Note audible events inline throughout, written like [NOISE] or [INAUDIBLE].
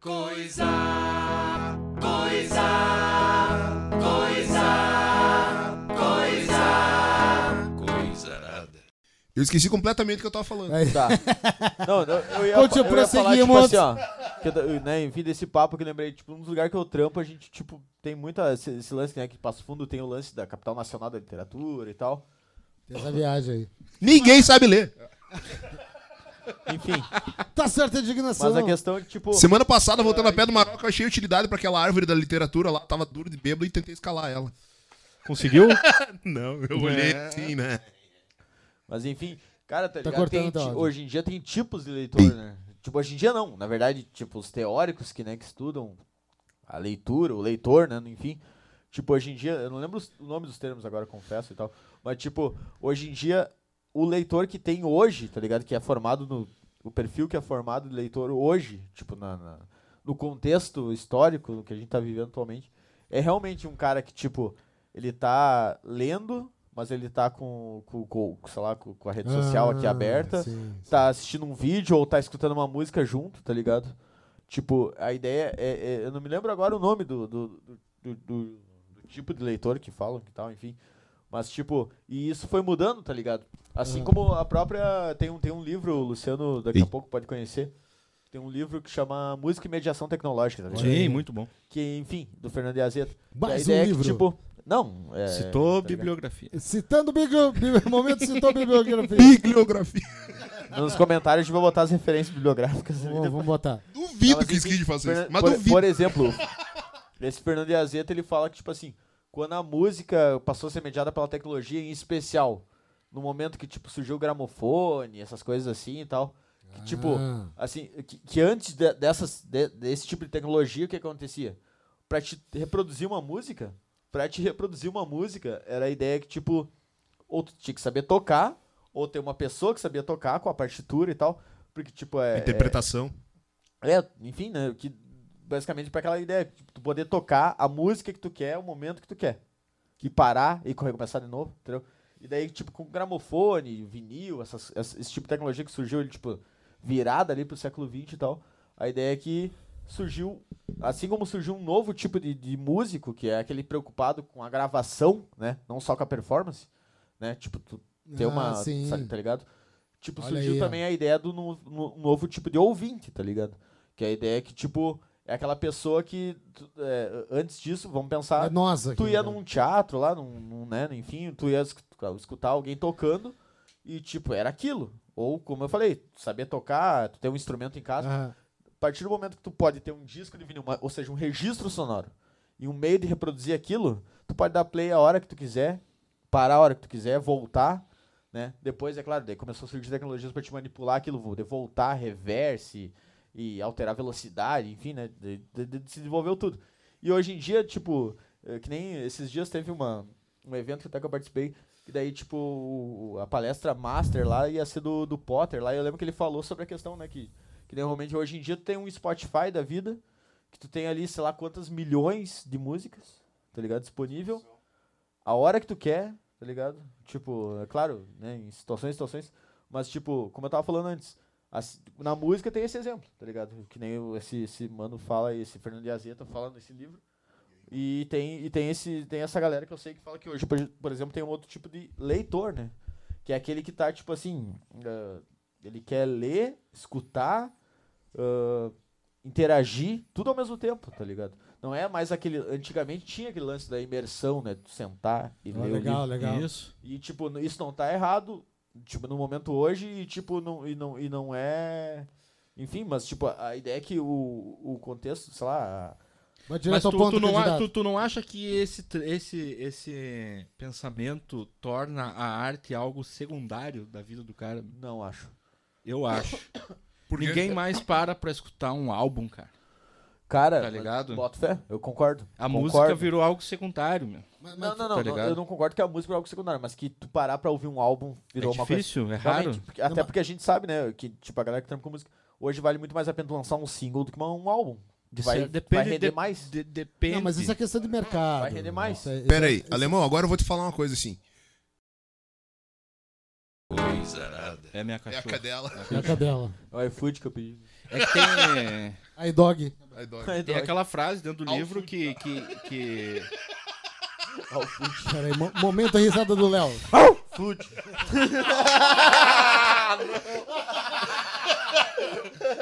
Coisa, coisa, coisa, coisa, coisa nada. Eu esqueci completamente o que eu tava falando. É. Tá. Não, não, eu ia, eu ia Conte, falar, tipo prosseguimos. assim, ó. que eu- né, enfim, desse papo que eu lembrei, tipo, nos lugares que eu trampo, a gente, tipo, tem muita. Esse, esse lance, né? Que Passo Fundo tem o lance da capital nacional da literatura e tal. Tem Essa viagem aí. Ninguém sabe ler. Enfim. Tá certa a indignação. Mas a questão é que, tipo. Semana passada, voltando a pé do Maroca, eu achei utilidade pra aquela árvore da literatura lá. Tava duro de bêbado e tentei escalar ela. Conseguiu? [LAUGHS] Não, eu olhei assim, né? Mas enfim, cara, tá, É. Tá ligado? Tem cortando teu ti- áudio. hoje em dia tem tipos de leitor, né? Tipo, hoje em dia não. Na verdade, tipo, os teóricos que, né, que estudam a leitura, o leitor, né? Enfim. Tipo, hoje em dia, eu não lembro os- o nome dos termos agora, confesso e tal. Mas, tipo, hoje em dia, o leitor que tem hoje, tá ligado? Que é formado no. O perfil que é formado de leitor hoje, tipo, na, na- no contexto histórico que a gente tá vivendo atualmente, é realmente um cara que, tipo, ele tá lendo, mas ele tá com, com, com sei lá, com, com a rede social aqui Ah, aberta, sim, sim. tá assistindo um vídeo ou tá escutando uma música junto, tá ligado? Tipo, a ideia é. é- eu não me lembro agora o nome do, do, do, do- do- do tipo de leitor que falam que tal, enfim. Mas, tipo, e isso foi mudando, tá ligado? Assim Ah. como a própria. Tem um, tem um livro, o Luciano daqui a pouco pode conhecer. Tem um livro que chama Música e Mediação Tecnológica, tá ligado? Sim, muito bom. Que, enfim, do Fernando Azeta. a Mais ideia um é que, livro. tipo. Não, é. Citou tá ligado? bibliografia. Citando bibli... bi- momento citou bibliografia. Bibliografia. Nos comentários a gente vai botar as referências bibliográficas. ali Vamos, vamos botar. Duvido Não, mas que enfim, esquece de fazer Fernan- isso. Mas por, duvido. por exemplo, esse Fernando Azeta, ele fala que, tipo assim, quando a música passou a ser mediada pela tecnologia, em especial, no momento que, tipo, surgiu o gramofone, essas coisas assim e tal, que, tipo, Ah. assim, que, que antes de- dessas, de- desse tipo de tecnologia, o que acontecia? Pra te reproduzir uma música, pra te reproduzir uma música, era a ideia que, tipo, ou tu tinha que saber tocar, ou ter uma pessoa que sabia tocar com a partitura e tal, porque, tipo, é... é- Interpretação. é, enfim, né? Que, basicamente pra aquela ideia, tipo, tu poder tocar a música que tu quer, o momento que tu quer. E parar e correr, começar de novo, entendeu? E daí, tipo, com gramofone, vinil, essas- essa- esse tipo de tecnologia que surgiu, ele, tipo, virada ali pro século XX e tal. A ideia é que surgiu, assim como surgiu um novo tipo de, de músico, que é aquele preocupado com a gravação, né? Não só com a performance, né? Tipo, tu ter Ah, uma. sim. sabe, tá ligado? Tipo, Olha surgiu aí, ó. também a ideia do no- no- novo tipo de ouvinte, tá ligado? Que a ideia é que, tipo, é aquela pessoa que, tu- é, antes disso, vamos pensar, É nossa. aqui, tu ia né? num teatro lá, num, num, né, enfim, tu ia esc- escutar alguém tocando e, tipo, era aquilo. Ou, como eu falei, tu saber tocar, tu ter um instrumento em casa. Aham. A partir do momento que tu pode ter um disco de vinil, uma- ou seja, um registro sonoro, e um meio de reproduzir aquilo, tu pode dar play a hora que tu quiser, parar a hora que tu quiser, voltar, né? Depois, é claro, daí começou a surgir tecnologias para te manipular aquilo, vo- de voltar, reverse e alterar a velocidade, enfim, né? De- de- de- se desenvolveu tudo. E hoje em dia, tipo, eh, que nem esses dias teve uma, um evento que até que eu participei, e daí, tipo, o- a palestra master lá ia ser do, do Potter lá, e eu lembro que ele falou sobre a questão, né, que, que normalmente hoje em dia tu tem um Spotify da vida, que tu tem ali, sei lá, quantas milhões de músicas, tá ligado? Disponível. A hora que tu quer, tá ligado? Tipo, é claro, né? Em situações, situações. Mas, tipo, como eu tava falando antes, as- na música tem esse exemplo, tá ligado? Que nem o- esse, esse mano fala, aí, esse Fernando de Azeta fala nesse livro. E tem, e tem, esse, tem essa galera que eu sei que fala que hoje, por, por exemplo, tem um outro tipo de leitor, né? Que é aquele que tá, tipo assim. ah, ele quer ler, escutar, ah, interagir, tudo ao mesmo tempo, tá ligado? Não é mais aquele. Antigamente tinha aquele lance da imersão, né? Tu sentar e Ó, ler o livro. Ah, legal, legal. Isso. E, tipo, n- isso não tá errado, tipo, no momento hoje, e, tipo, não, e, não, e não é... Enfim, mas, tipo, a, a ideia é que o, o contexto, sei lá... Vai direto Mas tu, ao ponto tu não, a- candidato. tu- tu não acha que esse, tr- esse, esse pensamento torna a arte algo secundário da vida do cara? Não acho. [COUGHS] Eu acho. Porque- Ninguém mais para pra escutar um álbum, cara. Cara, Tá ligado? mas Boto fé, eu concordo. A concordo. música virou algo secundário, meu. Mas- mas- Não, não, não, tá não, ligado? eu não concordo que a música é algo secundário, mas que tu parar pra ouvir um álbum virou é uma coisa... difícil, é Realmente, raro. porque- até Não, porque a gente sabe, né, que, tipo, a galera que trampa com música... Hoje vale muito mais a pena tu lançar um single do que uma- um álbum. Vai, é, Depende- vai render de- mais. de- depende. Não, mas isso é questão de mercado. Vai render mais. Isso é- isso Pera é- aí, alemão, agora eu vou te falar uma coisa assim. Coisa nada. É a minha É a cachorra. [LAUGHS] cadela. É a cadela. É o iFood que eu pedi. É que tem... Aí, dog. Aí dói. Aí Tem dói. aquela frase dentro do livro que, que, que. Peraí, mo- momento risada do Léo. Fute.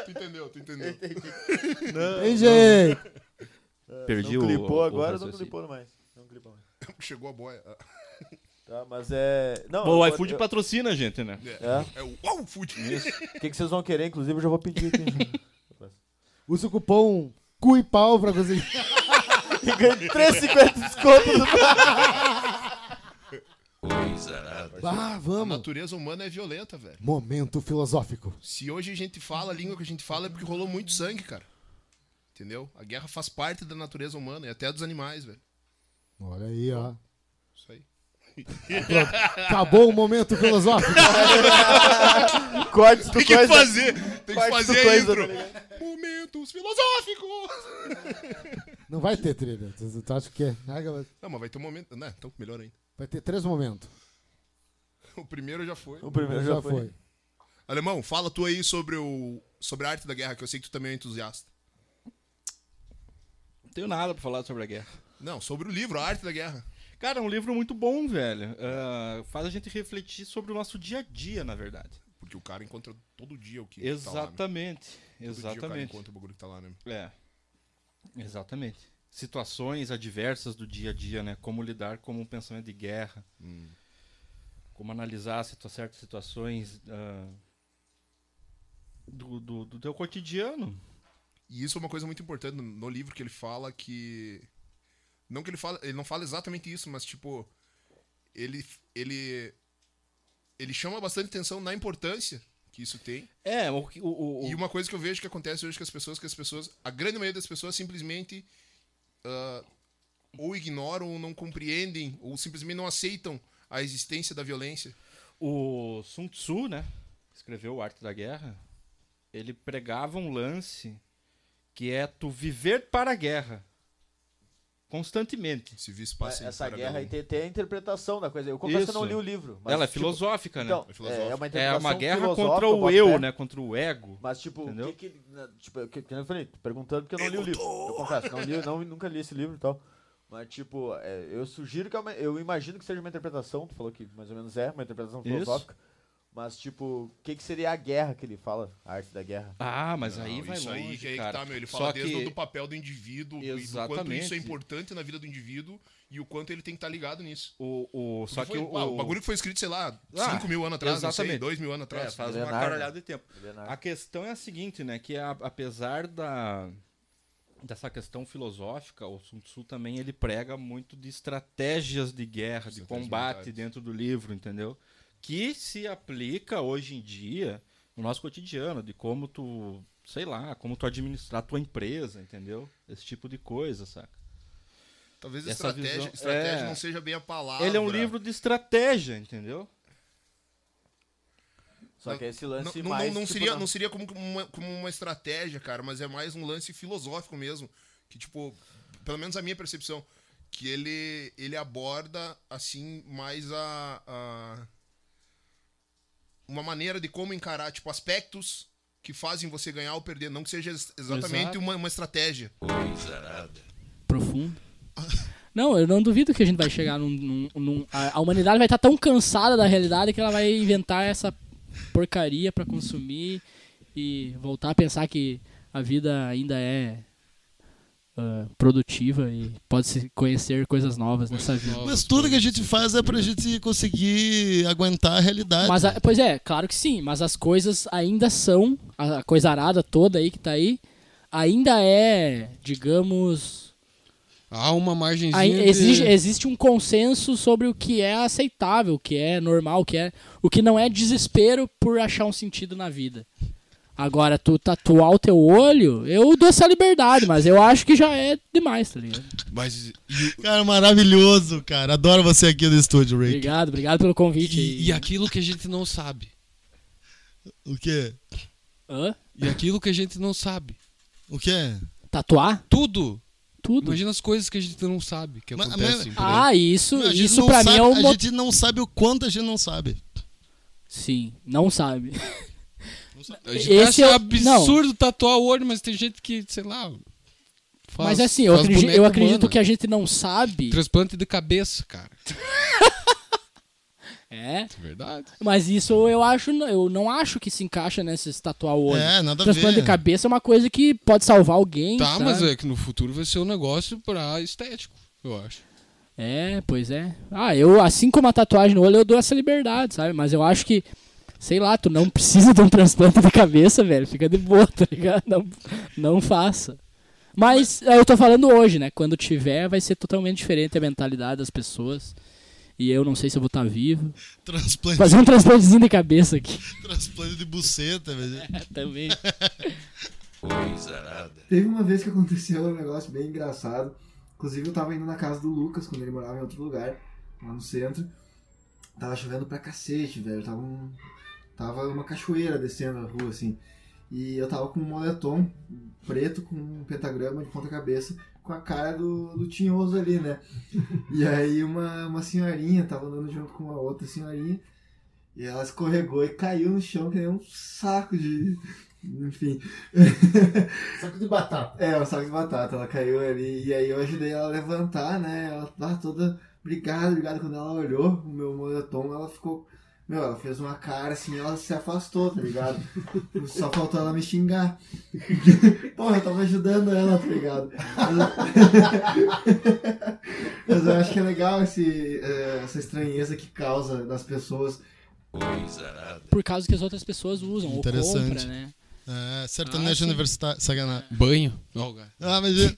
Tu entendeu, tu entendeu. Tem jeito. Perdi É, não o. clipou o agora, não raciocínio. clipou mais. Não clipou mais. [LAUGHS] Chegou a boia. Tá, mas é. Não, Bom, o eu- iFood eu- patrocina a gente, né? É. É o Wow Food. O que, que vocês vão querer? Inclusive, eu já vou pedir aqui. [LAUGHS] Usa o cupom cu e pau pra conseguir. E ganho 3,50 de desconto do coisa arada. Ah, A vamos. natureza humana é violenta, velho. [LAUGHS] Momento filosófico. Se hoje a gente fala a língua que a gente fala é porque rolou muito sangue, cara. Entendeu? A guerra faz parte da natureza humana e até dos animais, velho. Olha aí, ó. Isso aí. Acabou o [LAUGHS] momento filosófico. corte do Tem que coisa. fazer, tem que Corte do fazer a coisa, intro. tá ligado? Momentos filosóficos. Não vai ter trilha. Tu, tu acha que é? Ah, galera, Não, mas vai ter um momento, né? Então melhor ainda. Vai ter três momentos. [LAUGHS] O primeiro já foi. O primeiro já, foi. Alemão, fala tu aí sobre o sobre a arte da guerra, que eu sei que tu também é entusiasta. Não tenho nada pra falar sobre a guerra. Não, sobre o livro, a arte da guerra. Cara, é um livro muito bom, velho. Ah, faz a gente refletir sobre o nosso dia a dia, na verdade. Porque o cara encontra todo dia o que tá lá, né? Todo Exatamente. dia o cara Exatamente. encontra o bagulho que tá lá, né? É. Exatamente. Situações adversas do dia a dia, né? Como lidar com um pensamento de guerra. Hum. Como analisar situa- certas situações ah, do, do, do teu cotidiano. E isso é uma coisa muito importante no- no livro que ele fala que não que ele fala, ele não fala exatamente isso, mas tipo ele ele ele chama bastante atenção na importância que isso tem. É, o, que- o, o, E uma coisa que eu vejo que acontece hoje com as pessoas, que as pessoas, a grande maioria das pessoas simplesmente ah, ou ignoram ou não compreendem ou simplesmente não aceitam a existência da violência. O Sun Tzu, né, que escreveu o Arte da Guerra, ele pregava um lance que é tu viver para a guerra constantemente. Se viu Tipo espaço Essa guerra um. aí tem, tem a interpretação da coisa. Eu confesso que eu não assim, Isso. li o livro. mas, Ela é tipo, filosófica, né? Então, É é, filosófica. uma é interpretação uma guerra filosófica, contra eu o boto eu, fé. né, contra o ego. Mas, tipo, o Entendeu? que que. na- Tipo, o que, que eu falei, tô perguntando porque eu não li o livro. Eu confesso, não li, não, nunca li esse livro e tal. Mas, tipo, é, eu sugiro que. é uma- eu imagino que seja uma interpretação, tu falou que mais ou menos é, uma interpretação Isso. filosófica. Mas, tipo, o que, que seria a guerra que ele fala? A arte da guerra. Ah, mas aí vai isso longe, aí que aí que cara. tá, meu. Ele Só fala que desde o do papel do indivíduo e do quanto isso Exatamente. é importante na vida do indivíduo e o quanto ele tem que estar ligado nisso. o, o só Porque que foi- o, Ah, ah, o bagulho que foi escrito, sei lá, 5 mil anos atrás, não sei, exatamente. 2 mil anos é, atrás. faz uma Leonardo. caralhada de tempo. Leonardo. A questão é a seguinte, né? Que a- apesar da dessa questão filosófica, o Sun Tzu também ele prega muito de estratégias de guerra, de Estratégias combate militares. dentro do livro, entendeu? Que se aplica hoje em dia no nosso cotidiano, de como tu, sei lá, como tu administrar a tua empresa, entendeu? Esse tipo de coisa, saca? Talvez essa estratégia, visão- estratégia é. não seja bem a palavra. Ele é um livro de estratégia, entendeu? Só que é esse Não, lance não- mais. não- não tipo, seria, na- não seria como, uma, como uma estratégia, cara, mas é mais um lance filosófico mesmo. Que, tipo, pelo menos a minha percepção, que ele, ele aborda, assim, mais a, a- Uma maneira de como encarar, tipo, aspectos que fazem você ganhar ou perder. Não que seja ex- exatamente Exato. uma, uma estratégia. coisa arada. Profundo. Não, eu não duvido que a gente vai chegar num. num- num- a, a humanidade vai estar tão cansada da realidade que ela vai inventar essa porcaria pra consumir e voltar a pensar que a vida ainda é ah, produtiva e pode se conhecer coisas novas nessa vida. Mas tudo que a gente faz é pra gente conseguir aguentar a realidade. Mas a- pois é, claro que sim, mas as coisas ainda são, a a coisa arada toda aí que tá aí, ainda é, digamos, Há uma margenzinha. ai- de- exige- existe um consenso sobre o que é aceitável, o que é normal, o que é, o que não é desespero por achar um sentido na vida. Agora, tu tatuar o teu olho, eu dou essa liberdade, mas eu acho que já é demais, tá ligado? Mas Cara, maravilhoso, cara. Adoro você aqui no estúdio, Rick. Obrigado, obrigado pelo convite. E, aí. e aquilo que a gente não sabe. O quê? Hã? E aquilo que a gente não sabe. O quê? Tatuar? Tudo. Tudo. Imagina as coisas que a gente não sabe que Mas- acontecem. por aí. Ah, isso, Não, a gente isso não pra sabe- mim é um A mo- gente não sabe o quanto a gente não sabe. Sim, não sabe. [LAUGHS] a gente Ah, esse acha é eu- absurdo tatuar o olho, mas tem gente que, sei lá, Faz- Mas assim, eu faz acredito, boneco eu acredito humano. que a gente não sabe. Transplante de cabeça, cara. [LAUGHS] É. É verdade. Mas isso eu acho, eu não acho que se encaixa nesse tatuar o olho. É, nada a Transplante ver. de cabeça é uma coisa que pode salvar alguém. Tá, sabe? mas é que no futuro vai ser um negócio pra estético, eu acho. É, pois é. Ah, eu, assim como a tatuagem no olho, eu dou essa liberdade, sabe? Mas eu acho que, sei lá, tu não [LAUGHS] precisa de um transplante de cabeça, velho. Fica de boa, [LAUGHS] tá ligado? Não, não faça. Mas é, eu tô falando hoje, né? Quando tiver, vai ser totalmente diferente a mentalidade das pessoas. E eu não sei se eu vou estar vivo. Transplante, Fazer um transplantezinho de cabeça aqui. transplante de buceta, [LAUGHS] velho. É, Também. coisa arada, Teve uma vez que aconteceu um negócio bem engraçado. Inclusive eu tava indo na casa do Lucas quando ele morava em outro lugar, lá no centro. Tava chovendo pra cacete, velho. Tava, um- tava uma cachoeira descendo a rua, assim. E eu tava com um moletom preto com um pentagrama de ponta-cabeça com a cara do, do tinhoso ali, né? E aí uma, uma senhorinha tava andando junto com uma outra senhorinha. E ela escorregou e caiu no chão, que nem um saco de. Enfim. [LAUGHS] Saco de batata. É, o saco de batata, ela caiu ali e aí eu ajudei ela a levantar, né? Ela tava toda. Obrigado, obrigado. Quando ela olhou o meu moletom, ela ficou. Meu, ela fez uma cara assim, ela se afastou, tá ligado? Só faltou ela me xingar. Porra, eu tava ajudando ela, tá ligado? Mas- [LAUGHS] Mas eu acho que é legal esse, eh, essa estranheza que causa nas pessoas coisa arada, Por causa que as outras pessoas usam ou compra, Interessante. né? É, Ah, sertanejo sim. universitário. Sacanagem. Banho. Ó, cara. Ah, mas. eu-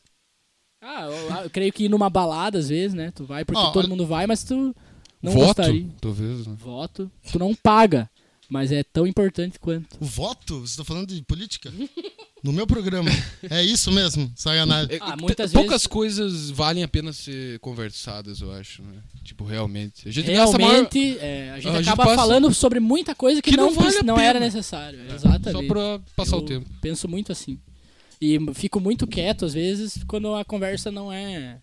Ah, eu, eu creio que numa balada, às vezes, né? Tu vai porque Ó, todo olha- mundo vai, mas tu não Voto, gostaria. talvez. né? voto, tu não paga, mas é tão importante quanto. O voto? Você tá falando de política? [LAUGHS] No meu programa. É isso mesmo, sacanagem. Ah, É, muitas pou- Poucas vezes- coisas valem a pena ser conversadas, eu acho, né? Tipo, realmente. A gente gasta maior... Realmente, é, a gente a gente acaba passa- falando sobre muita coisa que, Que não, não vale pre- a não pena. É, era necessário. Exatamente. Só pra passar Eu o tempo. Penso muito assim. E fico muito quieto, às vezes, quando a conversa não é.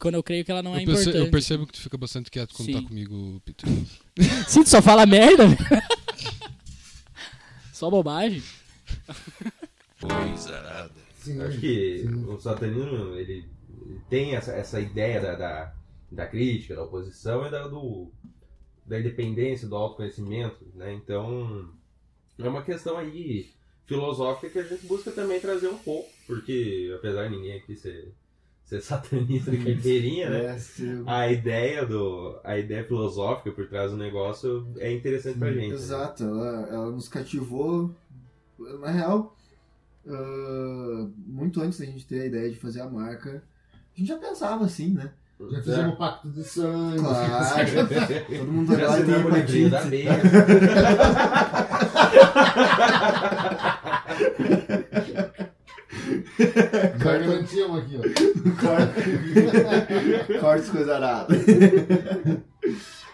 Quando eu creio que ela não é eu, perce- eu importante. percebo que tu fica bastante quieto quando Sim. tá comigo, Peter. Sim, tu só fala merda, velho. [LAUGHS] Só bobagem. coisa arada, Sim. Acho que o satanismo ele ele tem essa, essa ideia da, da, da crítica, da oposição e da, do, da independência, do autoconhecimento, né? Então é uma questão aí filosófica que a gente busca também trazer um pouco, porque apesar de ninguém aqui ser, ser satanista de carteirinha, né? É, se- A ideia, do, a ideia filosófica por trás do negócio é interessante pra gente. né? Exato, ela, ela nos cativou, na real, ah, muito antes da gente ter a ideia de fazer a marca. A gente já pensava assim, né? Já fizemos o pacto de sangue. Claro, [LAUGHS] todo mundo Já agora tem um um assinamos o livrinho da tá? hepatite. mesa. [LAUGHS] Já garantimos um aqui, ó. [LAUGHS] Corta- Cortes coisa arada.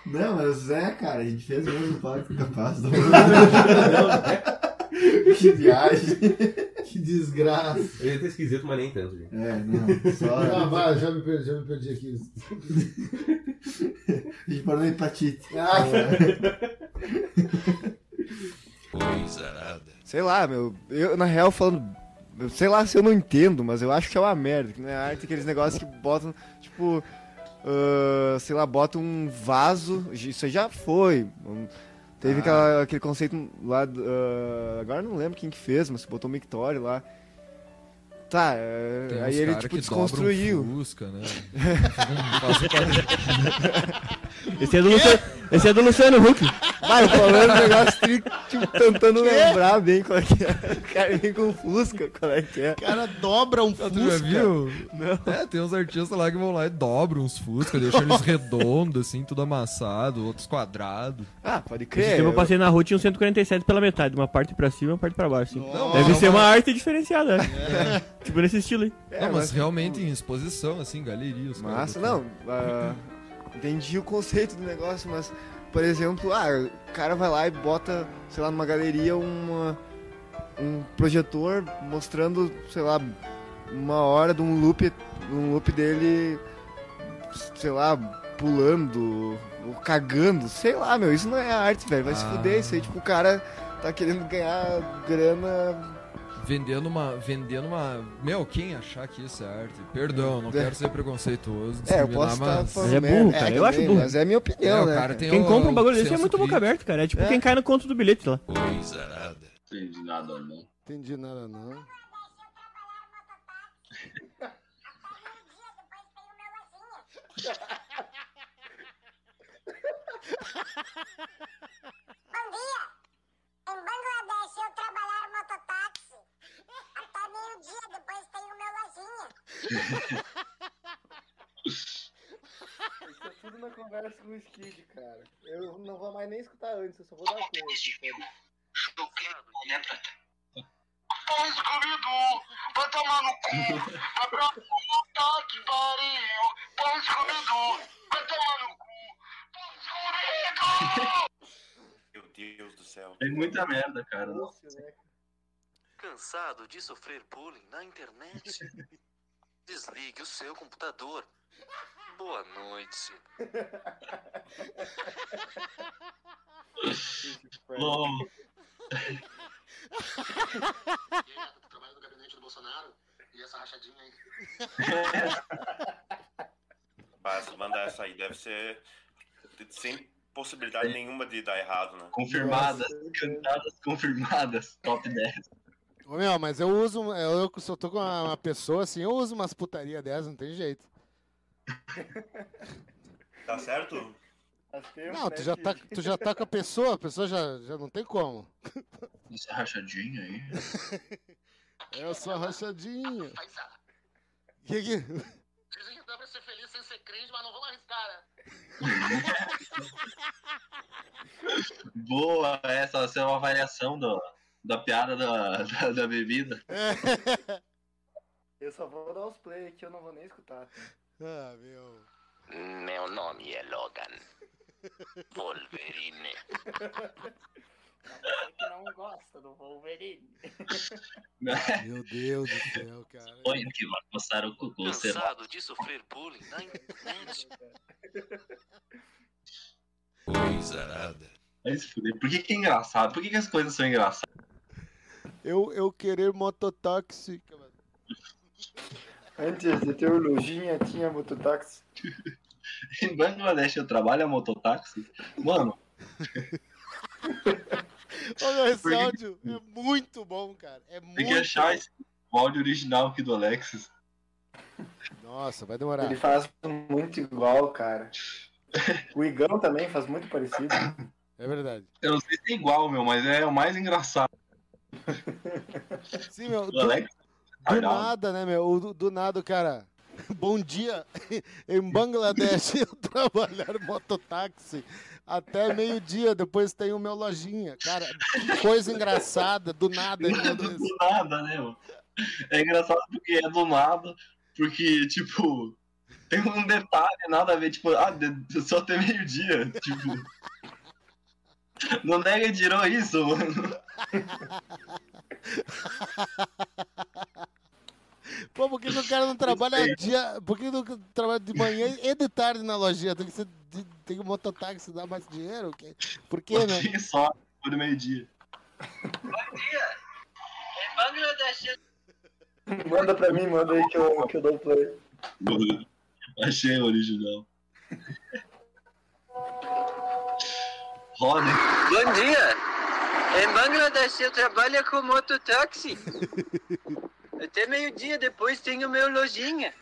Não, mas é, cara, a gente fez mesmo o pacto capaz. Não. que viagem. [LAUGHS] Que desgraça. Ele tá esquisito, mas nem tanto, gente. É, não, [LAUGHS] Ah, só. vai, já me perdi, já me perdi aqui. [LAUGHS] A gente parou na hepatite. É. Ah, coisa arada, Sei lá, meu. Eu, na real, falando. eu Sei lá se eu não entendo, mas eu acho que é uma merda. Que não é arte, aqueles negócios que botam, tipo. ah, sei lá, botam um vaso. Isso aí já foi. Um- Ah. Teve aquela- aquele conceito lá. do- ah, agora eu não lembro quem que fez, mas botou um mictório lá. Tá, ah, Tem aí uns ele cara tipo que dobra um desconstruiu. Fusca, né? Esse é do Luciano, esse é do Luciano Huck. Vai, eu falando um negócio tri, tipo, [LAUGHS] tentando lembrar bem qual é que é. O cara vem com fusca, qual é que é. O cara dobra um Ah, Tu já fusca. viu? É, tem uns artistas lá que vão lá e dobram uns Fusca, deixam eles redondos, assim, tudo amassado, outros quadrados. Ah, pode Esse crer. tempo eu- eu Mas passei na rua tinha um 147 pela metade, uma parte pra cima e uma parte pra baixo. assim. Não, Deve mas- ser uma arte diferenciada. É. Tipo nesse estilo aí. É. Não, mas mas- realmente em exposição, assim, galerias. Massa, não. ah, entendi o conceito do negócio, mas, por exemplo, ah, o cara vai lá e bota, sei lá, numa galeria uma, um projetor mostrando, sei lá, uma hora de um loop, um loop dele, sei lá, pulando, ou cagando, sei lá, meu, isso não é arte, velho. Vai se Ah. fuder, isso aí, tipo, o cara tá querendo ganhar grana vendendo uma. vendendo uma. Meu, quem achar que isso é arte? Perdão, não quero ser preconceituoso. É, eu posso tá discriminar, estar mas- falando É merda. burro, cara, eu acho burro. mas é minha opinião, o né, cara cara? tem Quem o- compra um bagulho desse é senso muito boca crítico. aberta, cara. É tipo É. quem cai no conto do bilhete lá. Coisa nada. Entendi nada, não. Entendi nada, não. Bom dia! Em Bangladesh eu trabalhar mototáxi. Até meio-dia, depois tem o meu lojinha. Isso é tudo na conversa com o Skid, cara. Eu não vou mais nem escutar antes, eu só vou dar o play. Ô, Scooby-Doo, vai tomar no cu. Abraço, puta tá que pariu. Pô, Scooby-Doo, vai tomar no cu. Meu Deus do céu. É muita merda, cara. Cansado de sofrer bullying na internet? Desligue o seu computador. Boa noite. [LAUGHS] Lol. Trabalho no gabinete do Bolsonaro e essa rachadinha aí. Mas mandar é essa aí deve ser sem possibilidade nenhuma de dar errado, né? Confirmadas, cantadas, confirmadas. Top 10. [LAUGHS] Ô, meu, mas eu uso. Eu, eu- se eu tô com uma, uma pessoa assim, eu uso umas putaria dessas, não tem jeito. Tá certo? Não, tu já tá, tu já tá com a pessoa, a pessoa já, já não tem como. Essa rachadinha aí. É só [LAUGHS] rachadinha. Que [LAUGHS] que... Dizem que dá pra ser feliz sem ser cringe, mas não vamos arriscar, né? Boa, essa, essa é uma variação do, da piada da, da, da bebida. Eu só vou dar os play aqui, eu não vou nem escutar. Ah, meu. Meu nome é Logan. Wolverine. é que não gosta do Wolverine. Meu Deus do céu, cara. Olha que vai coçar o cocô, sei é lá. Cansado de sofrer bullying na internet? Coisa nada. Vai se fuder. Por que, que é engraçado? Por que, que as coisas são engraçadas? Eu, eu querer mototáxi. Antes de ter o Lojinha, tinha mototáxi. Em Bangladesh eu trabalho a mototáxi. Mano, Olha esse Porque- áudio, é muito bom, cara. É tem muito. que achar esse o áudio original aqui do Alexis. Nossa, vai demorar. Ele faz muito igual, cara. O Igão também faz muito parecido. É verdade. Eu não sei se é igual, meu, mas é o mais [LAUGHS] engraçado. Sim, meu. O Alex. Do Pardal. nada, né, meu? O Do, do nada, o cara. [LAUGHS] Bom dia. [LAUGHS] em Bangladesh [LAUGHS] eu trabalhar mototáxi até meio-dia, depois tem o meu lojinha. Cara, que [LAUGHS] coisa engraçada, do nada. ele mandou isso. do nada, né, mano? É engraçado porque é do nada, porque, [LAUGHS] tipo, tem um detalhe, nada a ver, tipo, ah, de- só até meio-dia, [LAUGHS] tipo. Não nega tirou isso, mano. Pô, por que, que o cara não trabalha sei. dia. Por que não trabalha de manhã e de tarde na lojinha? Tem que ser. de- Tem que mototáxi dar mais dinheiro? Que- Por quê, né? Tem só, por meio-dia. Manda pra mim, manda aí que eu, que eu dou play. Achei o original. Roda. Bom dia! Em Bangladesh eu trabalho com mototáxi. Até meio-dia, depois tenho meu lojinha.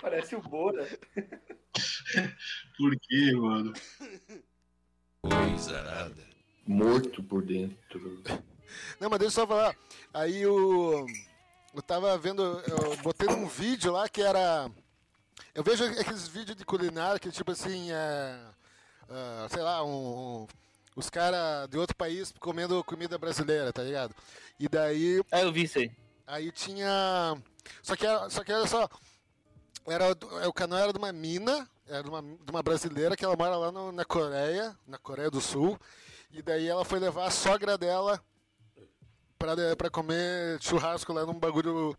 Parece o Bora. [LAUGHS] Por quê, mano? Coisa nada. Morto por [LAUGHS] dentro. Não, mas deixa eu só falar. Aí o. Eu tava vendo. Eu botei um vídeo lá que era. Eu vejo aqueles vídeos de culinária que tipo assim. É, ah, sei lá, um. um- os caras de outro país comendo comida brasileira, tá ligado? E daí. Ah, eu vi isso aí. Aí tinha. Só que, era- só que olha só. Era, do- é, o canal era de uma mina, era de uma, de uma brasileira que ela mora lá no- na Coreia, na Coreia do Sul. E daí ela foi levar a sogra dela pra, é, pra comer churrasco lá num bagulho.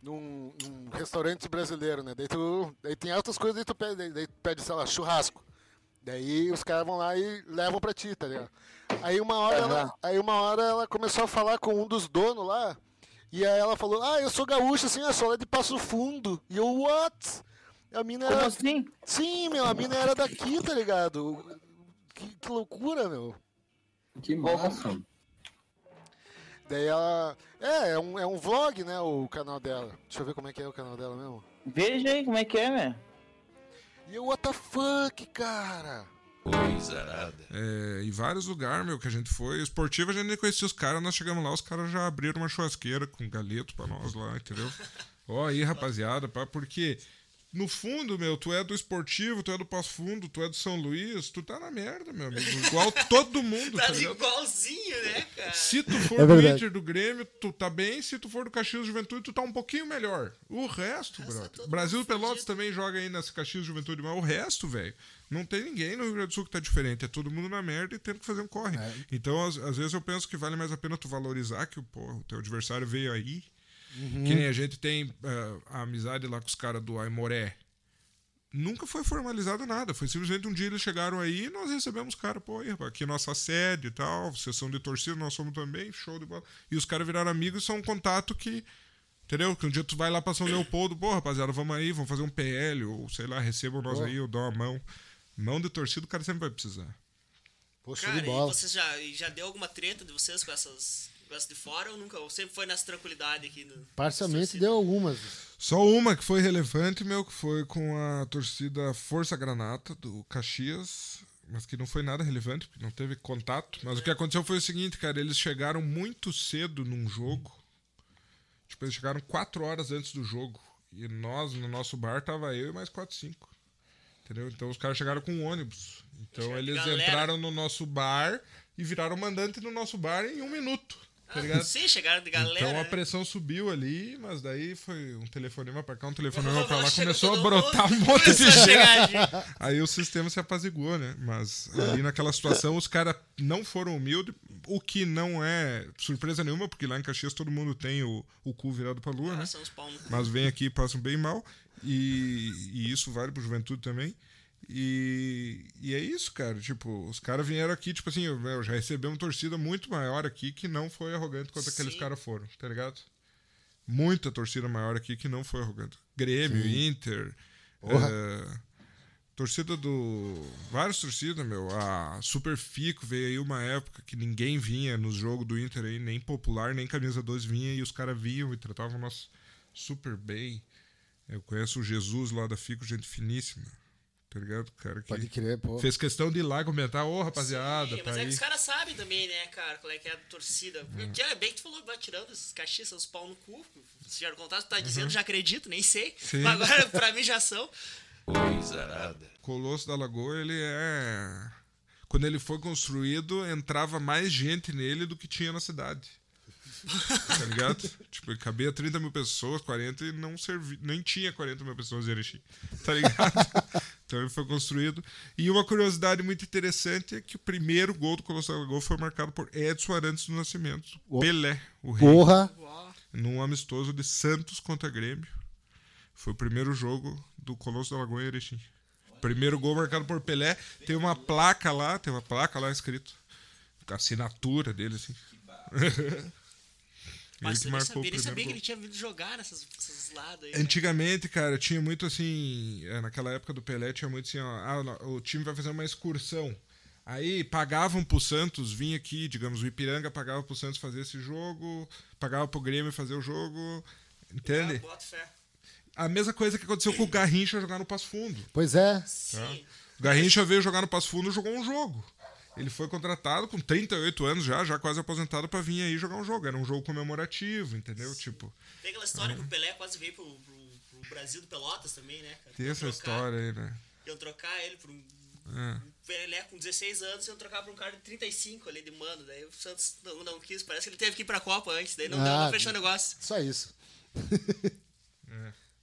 Num, num restaurante brasileiro, né? Daí, tu, daí tem altas coisas, daí tu pede, daí, daí tu pede, sei lá, churrasco. Daí os caras vão lá e levam pra ti, tá ligado? Aí uma hora, Aham. ela, aí uma hora ela começou a falar com um dos donos lá, e aí ela falou, ah, eu sou gaúcha, assim, eu sou lá de Passo Fundo. E eu, what? A mina Como era... assim? Sim, meu, a mina era daqui, tá ligado? Que, que loucura, meu. Que massa. Daí ela... É, é um, é um vlog, né, o canal dela. Deixa eu ver como é que é o canal dela mesmo. Veja aí como é que é, né? E eu, what the fuck, cara? Coisa nada. É, em vários lugares, meu, que a gente foi. Esportivo, a gente nem conhecia os caras. Nós chegamos lá, os caras já abriram uma churrasqueira com galeto pra nós lá, entendeu? Ó aí, rapaziada, pá, porque... No fundo, meu, tu é do esportivo, tu é do Passo Fundo, tu é do São Luís, tu tá na merda, meu amigo. Igual todo mundo, tá, Tá ligado? igualzinho, né, cara? Se tu for É do verdade. Inter do Grêmio, tu tá bem. Se tu for do Caxias Juventude, tu tá um pouquinho melhor. O resto, brother. Brasil Pelotas também joga aí nessa Caxias Juventude, mas o resto, velho, não tem ninguém no Rio Grande do Sul que tá diferente. É todo mundo na merda e tendo que fazer um corre. Então, às, às vezes, eu penso que vale mais a pena tu valorizar que o, porra, o teu adversário veio aí. Uhum. Que nem a gente tem ah, a amizade lá com os caras do Aimoré. Nunca foi formalizado nada. Foi simplesmente um dia eles chegaram aí e nós recebemos os caras, pô, aí, rapaz, aqui é nossa sede e tal, sessão de torcida, nós somos também, show de bola. E os caras viraram amigos e são um contato que. Entendeu? Que um dia tu vai lá pra São Leopoldo, pô, rapaziada, vamos aí, vamos fazer um PL, ou sei lá, recebam nós Boa. aí, eu dou uma mão. Mão de torcida o cara sempre vai precisar. Poxa, Cara, de e bola. vocês já, e já deu alguma treta de vocês com essas, com essas de fora ou nunca? Ou sempre foi nessa tranquilidade aqui? No... Parcialmente deu algumas. Só uma que foi relevante, meu, que foi com a torcida Força Granata do Caxias, mas que não foi nada relevante, porque não teve contato. Mas o que aconteceu foi o seguinte, cara, eles chegaram muito cedo num jogo. Tipo, eles chegaram quatro horas antes do jogo. E nós, no nosso bar, tava eu e mais quatro, cinco. Entendeu? Então os caras chegaram com um ônibus. Então eles Galera. entraram no nosso bar e viraram mandante no nosso bar em um minuto. Tá Ah, ligado? sim, chegaram de galera, Então a né? pressão subiu ali, mas daí foi um telefonema pra cá, um telefonema [LAUGHS] Vamos, pra lá, chegou começou a todo brotar um mundo. monte de Começou a chegar gente. [LAUGHS] Aí o sistema se apaziguou, né? Mas ali naquela situação os caras não foram humildes, o que não é surpresa nenhuma, porque lá em Caxias todo mundo tem o, o cu virado pra lua, né? são os pau no cu. Mas vem aqui e passam bem mal. E, e isso vale pro juventude também. E, e é isso, cara. Tipo, os caras vieram aqui, tipo assim, eu já recebemos torcida muito maior aqui que não foi arrogante quanto aqueles caras foram, tá ligado? Muita torcida maior aqui que não foi arrogante. Grêmio, Sim. Inter. Porra. eh, torcida do. Várias torcidas, meu. A Super Fico veio aí uma época que ninguém vinha nos jogos do Inter aí, nem popular, nem camisa 2 vinha, e os caras vinham e tratavam nós super bem. Eu conheço o Jesus lá da Fico, gente finíssima. Tá ligado? Cara que Pode crer, pô. Fez questão de ir lá comentar, ô rapaziada, Hum. Sim, tá mas é aí. que os caras sabem também, né, cara, qual é que é a torcida. Porque é bem que tu falou, vai tirando esses caixinhas, seus pau no cu. Se já contato, tu tá dizendo, já acredito, nem sei. Uhum. Sim. Mas agora, pra mim, já são. Coisa nada. Colosso da Lagoa, ele é. Quando ele foi construído, entrava mais gente nele do que tinha na cidade. [LAUGHS] tá ligado? Tipo, cabia 30 mil pessoas, 40 e não servia. Nem tinha 40 mil pessoas em Erechim. Tá ligado? então ele foi construído. E uma curiosidade muito interessante é que o primeiro gol do Colosso da Lagoa foi marcado por Edson Arantes do Nascimento. Pelé, o rei. Porra! Num amistoso de Santos contra Grêmio. Foi o primeiro jogo do Colosso da Lagoa em Erechim. Primeiro gol marcado por Pelé. Tem uma placa lá, tem uma placa lá escrito. Com a assinatura dele, [LAUGHS] assim. Ele Mas que eu nem marcou o sabia, nem primeiro sabia que gol. ele tinha vindo jogar nessas, nesses lados aí. né? Antigamente, cara, tinha muito assim. é, Naquela época do Pelé, tinha muito assim: ó, ah, no- o time vai fazer uma excursão. Aí pagavam pro Santos, vinha aqui, digamos, o Ipiranga pagava pro Santos fazer esse jogo, pagava pro Grêmio fazer o jogo. Entende? A mesma coisa que aconteceu com o Garrincha jogar no Passo Fundo. Pois é. Tá? O Garrincha veio jogar no Passo Fundo e jogou um jogo. Ele foi contratado com 38 anos já, já quase aposentado, pra vir aí jogar um jogo. Era um jogo comemorativo, entendeu? Tipo, Tem aquela história que o Pelé quase veio pro, pro- pro Brasil do Pelotas também, né, cara? tem essa história aí, né? Iam trocar ele por um. É. um Pelé com 16 anos, iam trocar pra um cara de 35 ali de mano. Daí o Santos não, não quis, parece que ele teve que ir pra Copa antes, daí não, deu, Ah. não fechou o negócio. Só isso.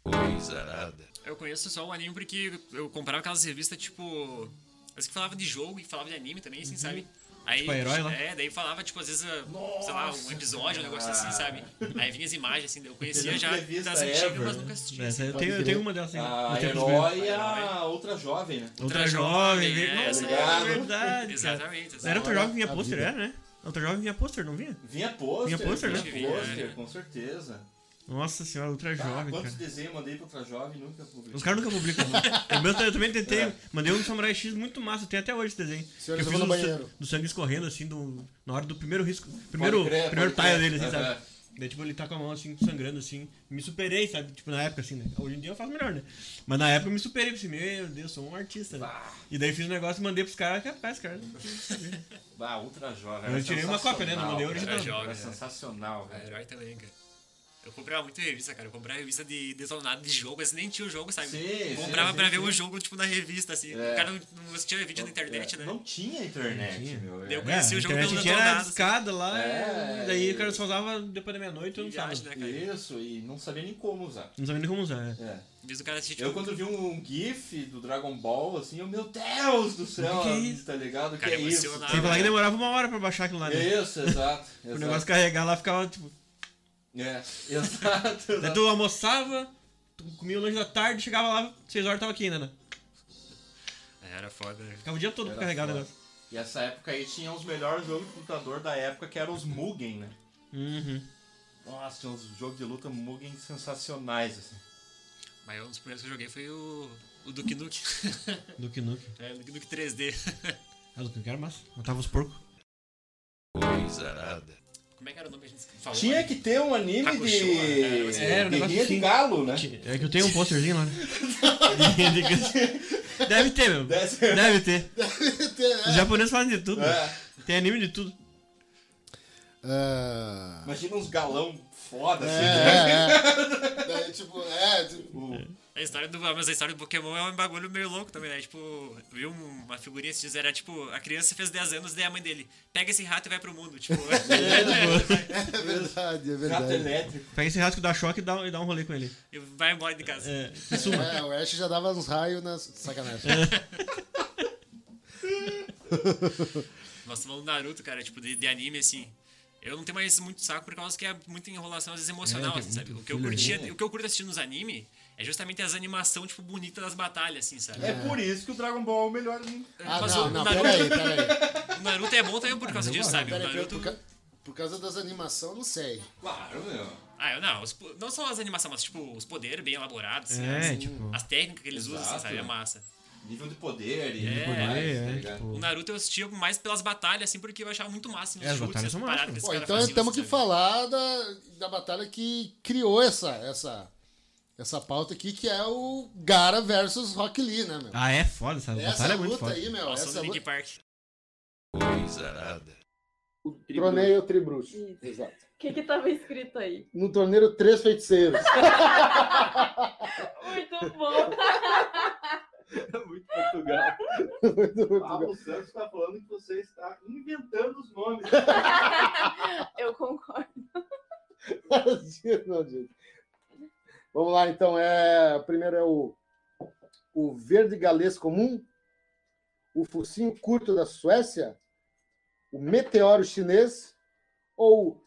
Coisa é. nada. Eu conheço só o anime porque eu comprava aquelas revistas, tipo. As que falavam de jogo e falavam de anime também, assim, sabe? Aí, Tipo, herói lá? É, daí falava, tipo, às vezes, ah, sei lá, um episódio, um negócio assim, sabe? Aí vinha as imagens, assim, daí eu conhecia Melhor já entrevista das antigas, ever. né? É. mas nunca assisti. Essa assim. eu tenho- eu tenho uma delas, assim, A Ah, no tempo de herói e verão. a outra jovem, né? Outra Jovem, né? é, Nossa, essa é aí. verdade. Exatamente, Cara. Era outra jovem que vinha a pôster, vida. era, né? Outra jovem vinha pôster, não vinha? Vinha pôster. Vinha pôster, né? Vinha pôster, com certeza. Nossa senhora, outra Ah, jovem, quantos cara. desenhos eu mandei pra outra jovem e nunca publiquei? Os caras nunca publicam. né? [LAUGHS] eu, mesmo- eu também tentei. É. Mandei um Samurai X muito massa. Tem até hoje esse desenho. Senhora, Que eu vou no um sa- banheiro. do sangue escorrendo, assim, do, na hora do primeiro risco. Primeiro, crer, primeiro pode tile crer. dele, assim, Aham. sabe? Daí, tipo, ele tá com a mão, assim, sangrando, assim. Me superei, sabe? Tipo, na época, assim, né? Hoje em dia eu faço melhor, né? Mas na época eu me superei. Assim, meu Deus, sou um artista, né? E daí fiz um negócio e mandei pros caras. Capaz, cara. não quis saber. [LAUGHS] Bah, ultra jovem. Eu tirei uma cópia, né? Não mandei o original. Era jovem, É né? sensacional, A velho. herói também, cara. Eu comprava muita revista, cara. Eu comprava revista de detonado de jogo, assim, nem tinha o jogo, sabe? Sim, comprava sim, pra sim, ver sim. o jogo, tipo, na revista, assim. É. O cara não, não assistia vídeo na internet, né? Não tinha internet, meu. Daí eu é. conheci o jogo A pelo gente tinha detonado. escada lá. É, e daí e- o cara só usava depois da meia-noite. Eu não sabia. né, Isso, e não sabia nem como usar. Não sabia nem como usar, né? É. Diz o cara assistir, Eu tipo, quando vi um, um GIF do Dragon Ball, assim, eu, meu Deus do céu, O que que é isso? tá ligado? O que Cara, é isso? emocionado, Sem falar que demorava uma hora pra baixar aquilo lá, né? Isso, exato, [LAUGHS] o exato. negócio carregar lá ficava tipo. É, [LAUGHS] [LAUGHS] exato, Daí exato. tu almoçava, tu comia o lanche da tarde, chegava lá, 6 horas tava aqui ainda, né? Era foda, né? Ficava o dia todo né? pra Era carregar o foda. negócio. E essa época aí tinha os melhores jogos de computador da época, que eram os Mugen, né? Uhum. Nossa, tinha uns jogos de luta Mugen sensacionais, assim. Mas um dos primeiros que eu joguei foi o, o Duke Nuke. [LAUGHS] Duke Nuke. É, Duke Nuke 3D. Ah, do que eu quero massa. Matava os porcos. zarada. Como é que era o nome que a gente falou? né? Tinha que ter um anime de... É, Era um negócio Guerrinha de assim. galo, né? É que eu tenho um posterzinho lá, né? Deve ter, meu. Deve Deve ser. ter. [LAUGHS] Deve ter, né? Os japoneses fazem de tudo. É. Tem anime de tudo. Imagina uns galão foda, assim. É, né? [LAUGHS] Daí, tipo, é, tipo... A história do, ah, mas a história do Pokémon é um bagulho meio louco também, né? Tipo, eu vi um- uma figurinha esses dias, era tipo, a criança fez 10 anos, daí a mãe dele, pega esse rato e vai pro mundo, [LAUGHS] tipo... [LAUGHS] É verdade, é Gato verdade. Pega esse rasco, dá choque e dá, e dá um rolê com ele. E vai embora de casa. É, se suma. É, o Ash já dava uns raios nas... Sacanagem. Nós falando do Naruto, cara, tipo, de, de anime, assim. Eu não tenho mais muito saco por causa que é muita enrolação, às vezes É, emocional, tem assim, sabe? muito O que, eu filler, curtia, né? o que eu curto assistir nos anime é justamente as animações, tipo, bonitas das batalhas, assim, sabe? É por isso que o Dragon Ball é o melhor anime. Ah, Mas não, o não, Naruto- peraí, peraí. [LAUGHS] O Naruto é bom também por causa disso, sabe? O Peraí, peraí, Naruto... por, ca- por causa das animações, não sei. Claro, meu. Ah, eu não. os po- não só as animações, mas tipo, os poderes bem elaborados, assim, É, as, tipo- as técnicas que eles usam, assim, Exato. sabe? É massa. Nível de poder e É. tudo mais, É, tá é, ligado? O Naruto eu assistia mais pelas batalhas, assim, porque eu achava muito massa assim, os É, as chutes, batalhas as são paradas que os massas. Pô, caras é então faziam, temos que sabe? falar da, da batalha que criou essa, essa, essa pauta aqui, que é o Gara versus Rock Lee, né, meu? Ah, é foda, essa Essa batalha é muito luta foda. aí, meu, Passou essa no luta- Link Park. zarada. Torneio Tribruxo. Isso. Exato. O que que tava escrito aí? No torneio Três Feiticeiros. Muito bom. Muito [LAUGHS] Portugal. Pablo Santos tá falando que você está inventando os nomes. [LAUGHS] Eu concordo. Não, gente. Vamos lá, então. É, primeiro é o, o verde galês comum, o focinho curto da Suécia, o meteoro chinês ou o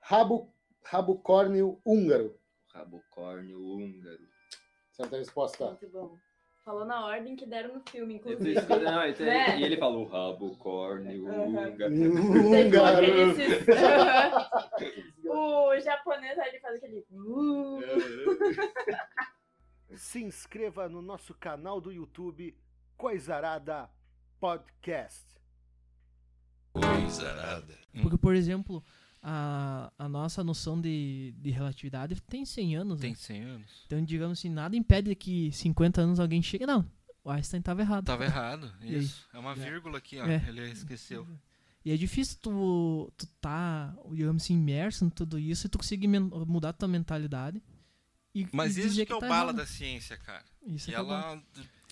rabo, rabocórnio húngaro? Rabocórnio húngaro. Certa resposta. Muito bom. Falou na ordem que deram no filme, Eu inclusive. fiz- Não, então ele- tá- Né? E ele falou rabocórnio húngaro. Tem como né? [LAUGHS] [LAUGHS] aqueles- o japonês aí ele faz aquele. "Uh". [LAUGHS] Se inscreva no nosso canal do YouTube Coisarada Podcast. zarada. Porque, por exemplo, a, a nossa noção de, de relatividade tem 100 anos. Tem 100 anos. Então, digamos assim, nada impede que 50 anos alguém chegue. Não, o Einstein estava errado. Tava errado, [LAUGHS] E aí? isso. É uma vírgula aqui, ó. É. Ele esqueceu. E é difícil tu, tu tá, digamos assim, imerso em tudo isso e tu conseguir men- mudar tua mentalidade. E, Mas e isso dizer que é o tá bala errado. da ciência, cara. Isso e é que é o ela.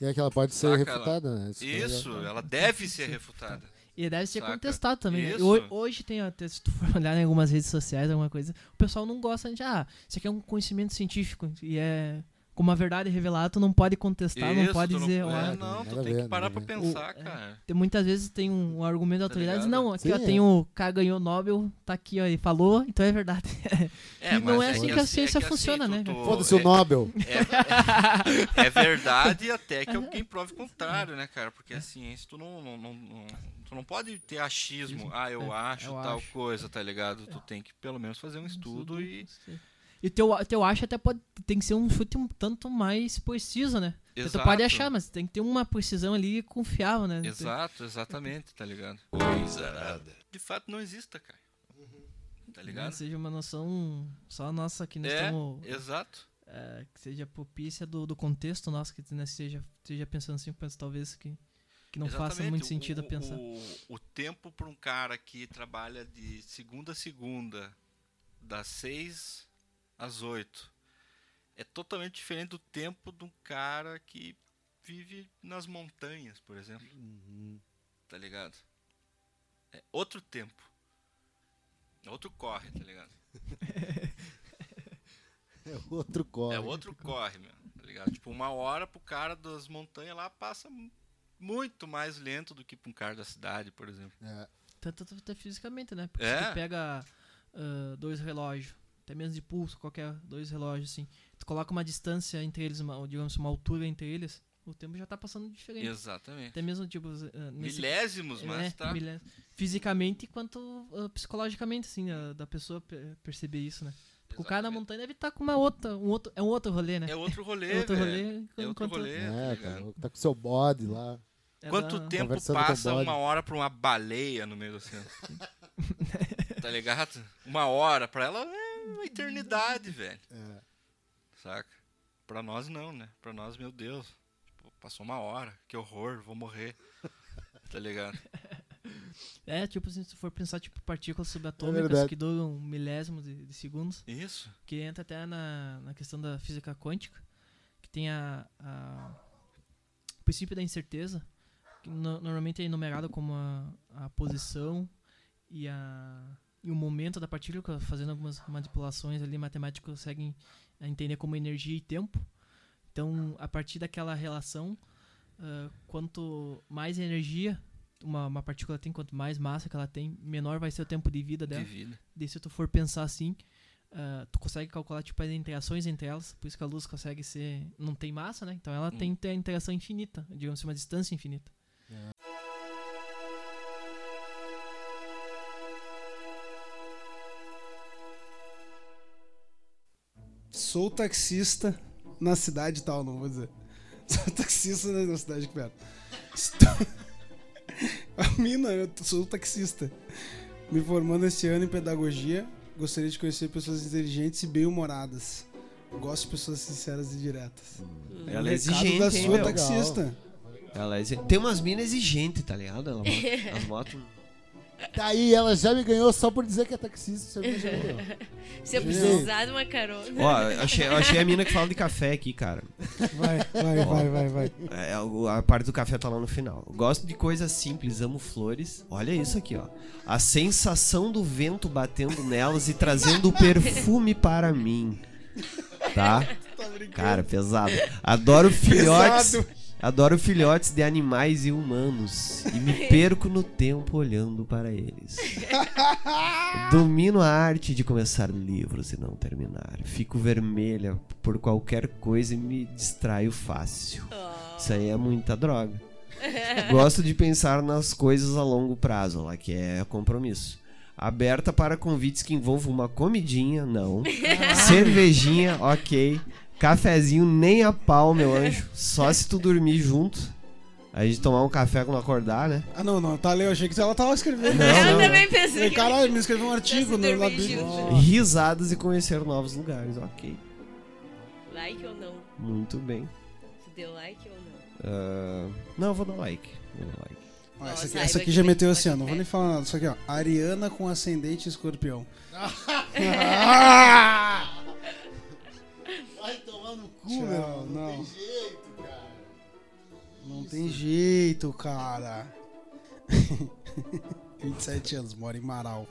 E é que ela pode ser Saca, refutada, ela- né? Isso que é Isso, legal. [LAUGHS] ela deve ser refutada. E deve ser Saca? contestado também. né? Isso. Ho- Hoje tem até, se tu for olhar em algumas redes sociais, alguma coisa, o pessoal não gosta de, ah, isso aqui é um conhecimento científico e é Como a verdade é revelada, tu não pode contestar, não Isso, pode tu não- dizer. é, "Olha, não, tu nada tem a que ver, parar né? nada pra a ver." pensar, O- é, [LAUGHS] cara. tem- muitas vezes tem um, um argumento da autoridade, diz, ligado? não, aqui ó, Sim, tem é. o K ganhou o Nobel, tá aqui, ó, ele falou, então é verdade. É, [LAUGHS] e não mas é é assim que que assim- a é ciência que assim, funciona, tu- né? tu- cara? Foda-se o é- Nobel. é- é verdade até que alguém prove o contrário, né, cara? Porque a ciência, tu não, não- não- não- tu não pode ter achismo. Ah, eu acho eu tal acho. coisa, tá ligado? Tu tem que pelo menos fazer um estudo e. E teu, teu acho até pode, tem que ser um chute um tanto mais preciso, né? Porque Tu Exato. pode achar, mas tem que ter uma precisão ali confiável, né? Exato, exatamente, tá ligado? De fato não exista, cara. Tá ligado? Não seja uma noção só nossa que nós É, estamos. exato. é, que seja propícia do, do contexto nosso, que nós esteja, esteja pensando assim, penso, talvez que, que não faça Exatamente, muito o- sentido o- pensar. O, o tempo para um cara que trabalha de segunda a segunda, das seis às oito, é totalmente diferente do tempo de um cara que vive nas montanhas, por exemplo. Uhum. Tá ligado? É outro tempo. É outro corre, tá [LAUGHS] ligado? É outro corre. É outro corre, meu, tá ligado? Tipo, uma hora pro cara das montanhas lá passa mu- muito mais lento do que pra um cara da cidade, por exemplo. Então, Tanto tanto até fisicamente, né? Porque É. se tu pega ah, dois relógios, até menos de pulso, qualquer dois relógios, assim, tu coloca uma distância entre eles, uma, digamos, uma altura entre eles, o tempo já tá passando diferente. Exatamente. Até mesmo, tipo... ah, nesse- Milésimos, mas tá. milé- Fisicamente quanto ah, psicologicamente, assim, ah, da pessoa pe- perceber isso, né? Porque o cara na montanha deve estar com uma outra, um outro, é um outro rolê, né? É outro rolê, [LAUGHS] é outro velho. rolê. É enquanto- outro rolê. É, tá, louco, tá com seu bode lá. É Quanto Ela- tempo É. conversando com o passa bode. uma hora pra uma baleia no meio do oceano? tá ligado? Uma hora pra ela é uma eternidade, velho. É. Saca? Pra nós não, né? Pra nós, meu Deus. tipo, passou uma hora, que horror, vou morrer. Tá ligado? É, tipo, se tu for pensar, tipo, partículas subatômicas verdade. que duram milésimos de, de segundos. Isso. Que entra até na, na questão da física quântica, que tem a, a- o princípio da incerteza, que no- normalmente é enumerado como a, a posição e, a, e o momento da partícula, fazendo algumas manipulações ali, matemáticos conseguem eh, entender como energia e tempo. Então, a partir daquela relação, ah, quanto mais energia uma, uma partícula tem, quanto mais massa que ela tem, menor vai ser o tempo de vida De dela. vida. Daí, se tu for pensar assim, ah, tu consegue calcular tipo, as interações entre elas, por isso que a luz consegue ser. não tem massa, né? Então ela Hum. tem tem interação infinita, digamos assim, uma distância infinita. [LAUGHS] Sou taxista na cidade tal, não vou dizer. [LAUGHS] Sou taxista na na cidade que perto. Estou... [LAUGHS] A mina, eu t- sou taxista. Me formando este ano em pedagogia, gostaria de conhecer pessoas inteligentes e bem-humoradas. Gosto de pessoas sinceras e diretas. um Ela é recado exigente, da hein, sua meu? taxista. Ela é exi- Tem umas minas exigentes, tá ligado? Ela [LAUGHS] bota- Elas botam. Daí Tá ela já me ganhou só por dizer que é taxista. Você me ganhou. [LAUGHS] Se eu precisar de uma [LAUGHS] carona. Ó, eu achei, eu achei a mina que fala de café aqui, cara. Vai, vai, Ó, vai, vai, vai. é, o- a parte do café tá lá no final. Gosto de coisas simples, amo flores. Olha isso aqui, ó. A sensação do vento batendo nelas e trazendo o perfume para mim. Tá? Cara, pesado. Adoro filhotes. Pesado. Adoro filhotes de animais e humanos. E me perco no tempo olhando para eles. Domino a arte de começar livros e não terminar. Fico vermelha por qualquer coisa e me distraio fácil. Isso aí é muita droga. Gosto de pensar nas coisas a longo prazo, lá que é compromisso. Aberta para convites que envolvam uma comidinha, não. Ah. Cervejinha, ok. Cafezinho, nem a pau, meu anjo. Só se tu dormir junto. A gente tomar um café quando acordar, né? Ah, não, não, tá ali, eu achei que ela tava escrevendo. Não, [LAUGHS] Eu não. também pensei Falei, Caralho, me escreveu um artigo no Lab. Risadas e conhecer novos lugares, ok. Like ou não? Muito bem. Tu deu like ou não? Ah, não, eu vou dar like. Vou dar like. Ó, essa, aqui, saiba essa aqui que já tem meteu assim, ó. Não vou nem falar nada. Isso aqui, ó. Ariana com ascendente escorpião. [LAUGHS] Vai tomar no cu, Tchau, meu. irmão, Não, não. tem jeito, cara. Não tem [LAUGHS] jeito, cara. 27 anos, mora em Marau.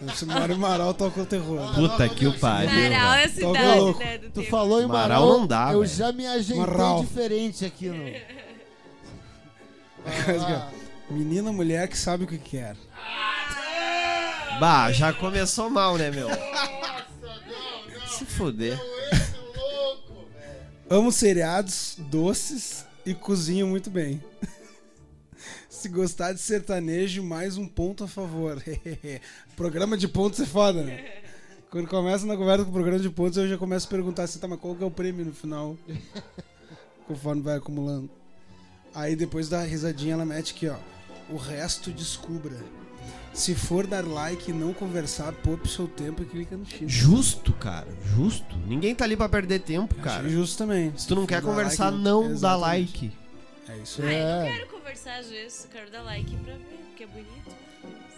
Você mora em Marau, toca o terror. Puta que o pariu. Marau é a velho. cidade, Ô, louco, né? do tu tempo. falou em Marau Marau, não dá, eu velho. já me ajeitei Marau. diferente aqui no... [LAUGHS] Menina, mulher que sabe o que quer. Bah, já começou mal, né, meu? Se fuder. Amo seriados, doces e cozinho muito bem. [LAUGHS] Se gostar de sertanejo, mais um ponto a favor. [LAUGHS] programa de pontos é foda, né? Quando começa na conversa com o programa de pontos, eu já começo a perguntar assim, tá, mas qual que é o prêmio no [LAUGHS] final? Conforme vai acumulando. Aí depois da risadinha, ela mete aqui, ó. O resto descubra. Se for dar like e não conversar, poupe seu tempo e clica no X. Justo, cara. Justo. Ninguém tá ali pra perder tempo, cara. Justo também. Se tu não for quer dar conversar, like, não dá exatamente. like. É isso Ai, aí. Ah, eu quero conversar às vezes, quero dar like pra ver, porque é bonito.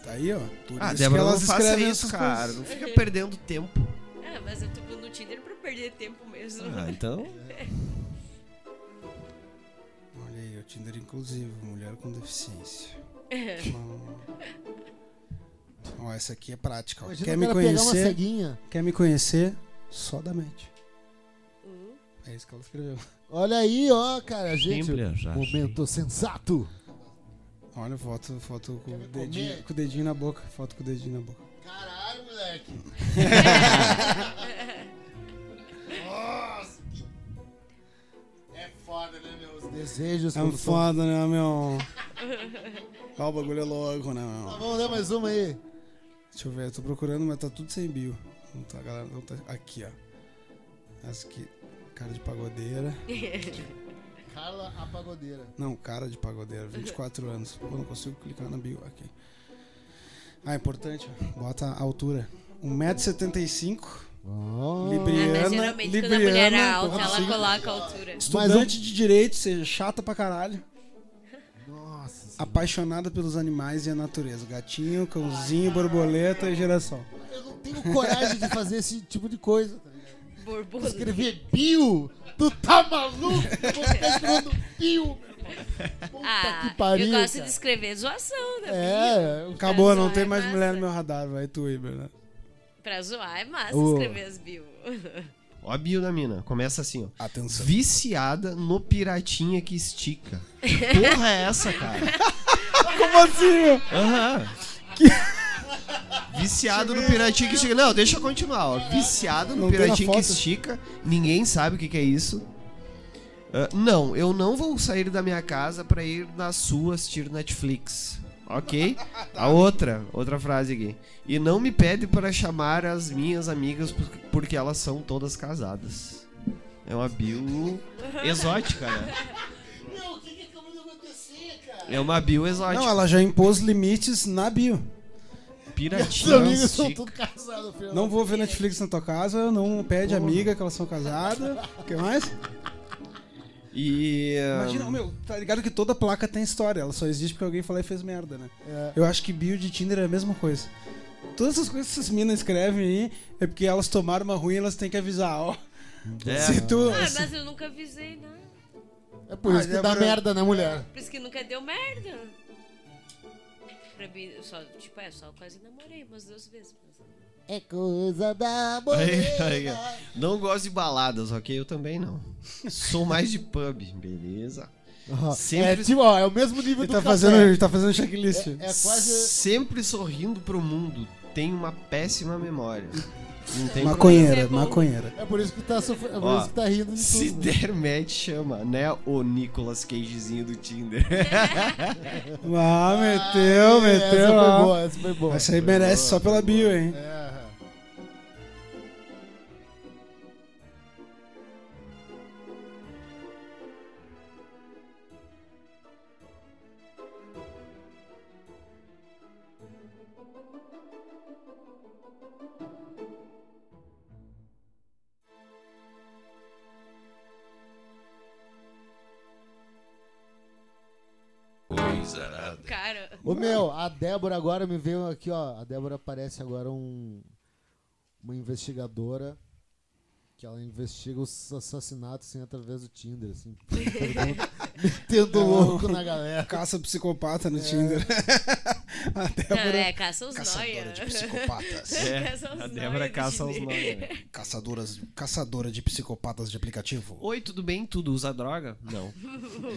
Tá aí, ó. Por Ah, isso Débora, que não elas faça escrevem isso, essas cara. coisas. Não fica perdendo tempo. Ah, mas eu tô no Tinder pra perder tempo mesmo. [LAUGHS] Ah, então? Olha aí, o Tinder inclusivo, mulher com deficiência. Hum. É. Ó, essa aqui é prática. ó. Imagina Quer o me cara pegar uma conhecer? ceguinha. Quer me conhecer? Só da match. É isso que ela escreveu. Olha aí, ó, cara, gente. Sempre achar, [LAUGHS] Momento sensato. Olha, foto, foto com, o comer? dedinho, com o dedinho na boca. Foto com o dedinho na boca. [LAUGHS] Caralho, moleque. Nossa. É foda, né, meu? Os desejos. É um como são. foda, né, meu? Ah, o bagulho é louco, né, meu? Tá, vamos dar mais uma aí. Deixa eu ver, eu tô procurando, mas tá tudo sem bio. Não tá, galera, não tá. Aqui, ó. Essa aqui, cara de pagodeira. Carla, a pagodeira. Não, cara de [LAUGHS] pagodeira, 24 anos. Pô, não consigo clicar na bio aqui. Ah, importante, ó. bota a altura. 1,75m. Ah, mas Libriana, geralmente quando a mulher é Libriana, alta, ela consigo. coloca a altura. estudante de direito, seja chata pra caralho. Nossa. Apaixonada pelos animais e a natureza. Gatinho, cãozinho, borboleta e girassol. Tenho coragem [LAUGHS] de fazer esse tipo de coisa. tá ligado? Borboleta. Escrever bio? Tu [LAUGHS] tá maluco? Eu vou ficar escrevendo um bio, meu irmão. Ah, que pariu, eu gosto cara. de escrever zoação, né? É, Pra acabou, não zoar tem é mais massa. mulher no meu radar, vai tu, Iber, né? Pra zoar é massa Ô. escrever as bio. Ó a bio da mina. Começa assim, ó. Atenção. Viciada no piratinha que estica. Porra é essa, cara? Como assim? Aham. Viciado no piratinha que estica. Não, deixa eu continuar, ó. Viciado no Não tem na piratinha que foto? estica. Ninguém sabe o que, que é isso. Ah, não, eu não vou sair da minha casa pra ir na sua assistir Netflix. Ok? A outra, outra frase aqui. E não me pede para chamar as minhas amigas por- porque elas são todas casadas. É uma bio exótica, né? Meu, o que que acabou de acontecer, cara? É uma bio exótica. Não, ela já impôs limites na bio. Piratinhas. Meus amigos são tudo casados, filho. Não vou ver Netflix na tua casa, não pede amiga que elas são casadas. O que mais? E. ah, Imagina, meu, tá ligado que toda placa tem história, ela só existe porque alguém falou e fez merda, né? É. Eu acho que bio de Tinder é a mesma coisa. Todas essas coisas que essas minas escrevem aí é porque elas tomaram uma ruim e elas têm que avisar, ó. É. Se tu. Ah, [LAUGHS] mas eu nunca avisei, né? É por isso Ah, que dá Débora- merda, né, mulher? Por isso que nunca deu merda. Pra mim, eu só, tipo, é, só quase namorei umas duas vezes. mas- É coisa da Aí, aí, ó. Não gosto de baladas, ok? Eu também não. Sou mais de pub, beleza? É, tipo, ó, é o mesmo nível Ele do tá café. fazendo, ele tá fazendo checklist. É, é quase... Sempre sorrindo pro mundo. Tenho uma péssima memória. Não tem Maconheira, problema. maconheira. É por isso que tá, sofre... é por Ó, isso que tá rindo de Se tudo. der match, chama, né? O Nicolas Cagezinho [LAUGHS] do Tinder. Ah, meteu, meteu. essa foi ó. boa, essa foi boa. Essa aí Foi merece boa, só pela bio, hein? É. Coisa nada. Cara. [LAUGHS] Ô meu, a Débora agora me veio aqui, ó. A Débora parece agora um uma investigadora que ela investiga os assassinatos assim, através do [LAUGHS] Tinder, assim. um metendo Não. louco na galera. É. Caça psicopata no Tinder. [LAUGHS] A Não, Débora. é, caça os caçadora nóia. de psicopatas. É, Caça os a Débora nóia do caça os né? Tinder. nóia, Caçadoras, caçadora de psicopatas de aplicativo. Oi, tudo bem? Tudo? Usa droga? [LAUGHS] Não.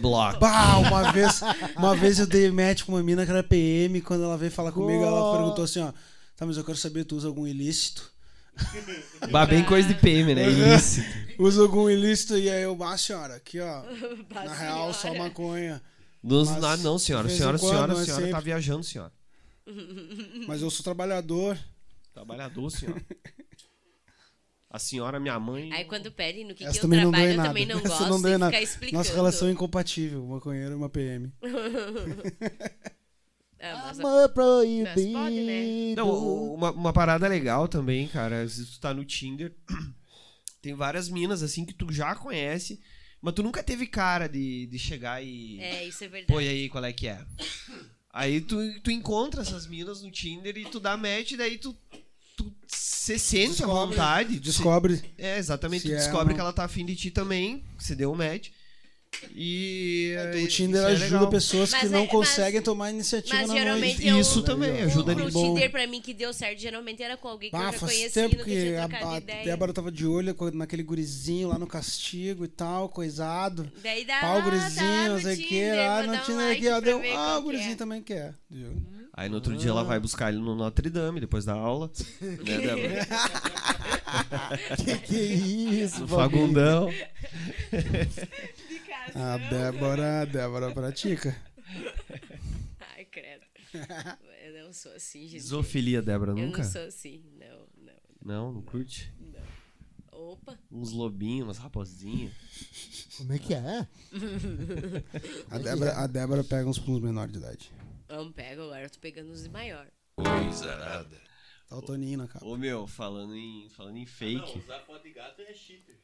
Bloco. Bloco. Bah, uma vez, uma vez eu dei match com uma mina que era PM. Quando ela veio falar comigo, ela Go- perguntou assim: ó, tá, mas eu quero saber, tu usa algum ilícito? Uhum. Bah, bem coisa de PM, né? Ilícito. usa algum ilícito? E aí eu, bah, senhora, aqui ó, [LAUGHS] Bah, na real, só senhora. maconha. Não, ah, Mas, não, não, de senhora. vez Senhora, em quando, senhora, é senhora tá sempre. viajando, senhora. Mas eu sou trabalhador. Trabalhador, senhora. A senhora, minha [LAUGHS] mãe. Aí quando pedem no que, Essa que eu também não deu trabalho, em eu nada. também não Essa gosto não deu em e nada. ficar explicando. Nossa relação é incompatível, uma maconheira e uma PM. [LAUGHS] É, mas- Amor Mas pode, né? proibido. Não, o- uma, uma parada legal também, cara. Se tu tá no Tinder, [CLEARS THROAT] tem várias minas assim que tu já conhece, mas tu nunca teve cara de, de chegar e. É, isso é verdade. Pô, e aí, qual é que é? [COUGHS] Aí tu, tu encontra essas minas no Tinder e tu dá match, daí tu, tu se sente à Descobre. vontade. tu se- Descobre. é, exatamente. Se tu é descobre ou que não. ela tá afim de ti também, você deu um match. E. O Tinder isso é ajuda legal. pessoas que Mas não é- mas- conseguem tomar iniciativa Mas na geralmente é um mão. eu- Isso também, ajuda O nisso. Tinder pra mim que deu certo geralmente era com alguém que Bah, eu já faz conhecia, tempo nunca que tinha a, trocado a ideia. Débora tá tava de olho com- naquele gurizinho lá no castigo e tal, coisado. Daí dá, Pau ah, gurizinho, tá, não no sei o que, Tinder, lá vou no dar um Tinder like aqui, ó, pra deu. ver qual Ah, o que é." gurizinho também [LAUGHS] quer. Aí no outro dia ela vai buscar ele no Notre Dame, depois da aula. né, Débora? que que é isso, No Valdir? [LAUGHS] Fagundão. A Débora, a Débora pratica. [LAUGHS] Ai, credo. Eu não sou assim, gente. Zoofilia, Débora, eu nunca? não sou assim, não, não, Não, não curte? não. Opa. Uns lobinhos, umas raposinhas. Como é [LAUGHS] que é? A Débora, a Débora pega uns puns menores de idade. [LAUGHS] Vamos, pega agora, eu tô pegando os de maior. Coisa arada. Tá o Toninho na cara. Ô meu, falando em, falando em fake. usar foto de gato é cheater.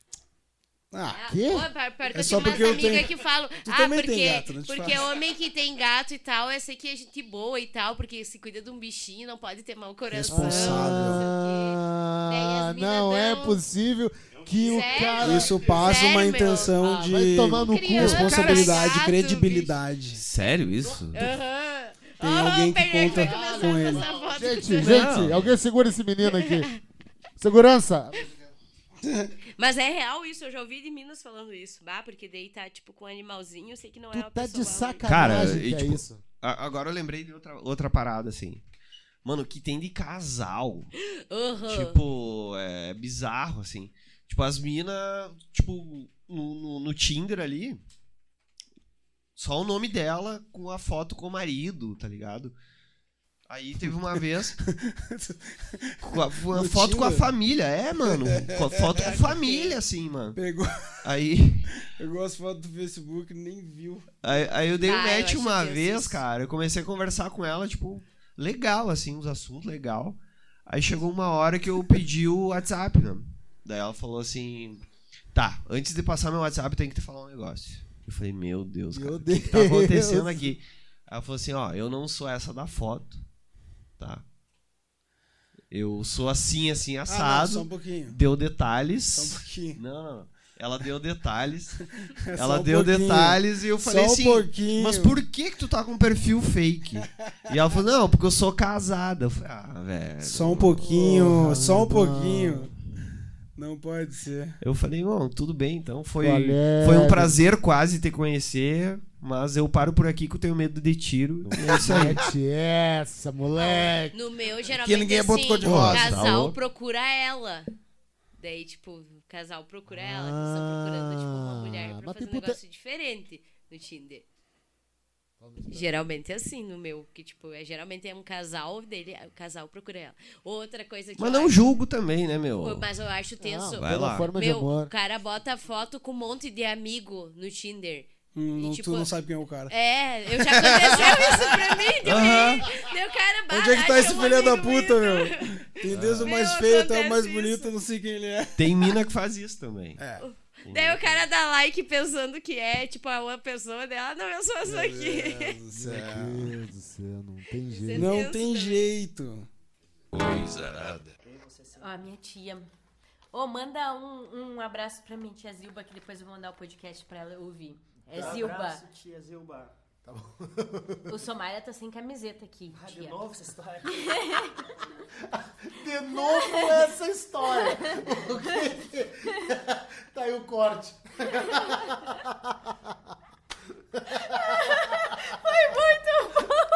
Ah, Quê? Pô, pa- pa- É eu só tenho umas porque eu amigas tenho- que falam, Tu ah, também porque, tem gato, né, te porque falo." homem que tem gato e tal, essa aqui é gente boa e tal, porque se cuida de um bichinho, não pode ter mau coração. Ah, Daí as mina não é dão- possível que o Sério? cara. Isso passa Sério, uma meu? intenção Ah, de vai tomar no cu. responsabilidade, Cara, é gato, credibilidade. Sério isso? Aham. Tem alguém que Pedro, conta vai começar com ele. essa foto do Gente, Toninho. gente, alguém segura esse menino aqui. Segurança! Mas é real isso, eu já ouvi de Minas falando isso, bah, porque daí tá tipo com um animalzinho, eu sei que não é uma Tá pessoa. de Cara, sacanagem e, que é tipo, isso. a- agora eu lembrei de outra, outra parada, assim. Mano, que tem de casal. Aham. Tipo, é bizarro, assim. Tipo, as minas, tipo, no, no- no Tinder ali, só o nome dela com a foto com o marido, tá ligado? Aí teve [LAUGHS] uma vez. com a, com a No foto com a Tinder? É, família, é, mano. Com a [LAUGHS] foto com a família, assim, mano. Pegou. Aí. Pegou as fotos do Facebook e nem viu. Aí, aí eu dei Ah, um eu match acho uma que eu vez, fiz. cara. Eu comecei a conversar com ela, tipo, legal, assim, uns assuntos legal. Aí chegou uma hora que eu pedi o WhatsApp, né? Daí ela falou assim: Tá, antes de passar meu WhatsApp, tem que te falar um negócio. Eu falei, meu Deus, cara, Meu o que, que tá Deus. acontecendo aqui? Ela falou assim, ó, eu não sou essa da foto, tá? Eu sou assim, assim, assado. só um pouquinho. Deu detalhes. Só um pouquinho. Não, não, não. Ela deu [LAUGHS] detalhes. É só ela um deu pouquinho. detalhes e eu Só falei um assim, pouquinho. mas por que que tu tá com um perfil [LAUGHS] fake? E ela falou, não, porque eu sou casada. Eu falei, ah, velho. Só um pouquinho, só um pouquinho. Não pode ser. Eu falei, bom, tudo bem, então foi, Qual é? foi um prazer quase te conhecer, mas eu paro por aqui que eu tenho medo de tiro. E é isso [LAUGHS] aí. Mete essa, moleque. No meu, geralmente, Aqui ninguém é boto assim, cor-de-rosa. o Tá casal louco. procura ela. Daí, tipo, o casal procura ela, eles estão procurando, tipo, uma Ah, mulher pra mas fazer um tem puta- negócio diferente no Tinder. Geralmente é assim no meu, que tipo, é, geralmente é um casal dele, o casal procura ela. Outra coisa que Mas eu não acho- julgo também, né, meu? Pô, Mas eu acho tenso. Não, Vai pela lá. forma de Meu, o amor. cara bota foto com um monte de amigo no Tinder. Hum, E, não- tipo, tu não sabe quem é o cara. É, eu já [LAUGHS] aconteceu isso pra mim. É, Deu, Aham. deu cara barra, Onde é que tá esse filho da puta, meu? Tem Ah. desde o mais Meu, feio até o mais acontece bonito, eu não sei quem ele é. Tem mina que faz isso também. É. Daí o cara dá like pensando que é, tipo, a uma pessoa dela. Não, eu sou essa [LAUGHS] aqui. Meu Deus do céu, não tem jeito. Não tem jeito. Coisa [LAUGHS] arada. Ó, minha tia. Ô, manda um, um Um abraço pra minha tia Zilba, que depois eu vou mandar o podcast pra ela ouvir. É Zilba. Abraço, tia Zilba. Tá bom. [LAUGHS] O Somália tá sem camiseta aqui. Ah, de novo essa [LAUGHS] história. De novo essa história. [LAUGHS] O que- tá aí o corte. Foi muito bom!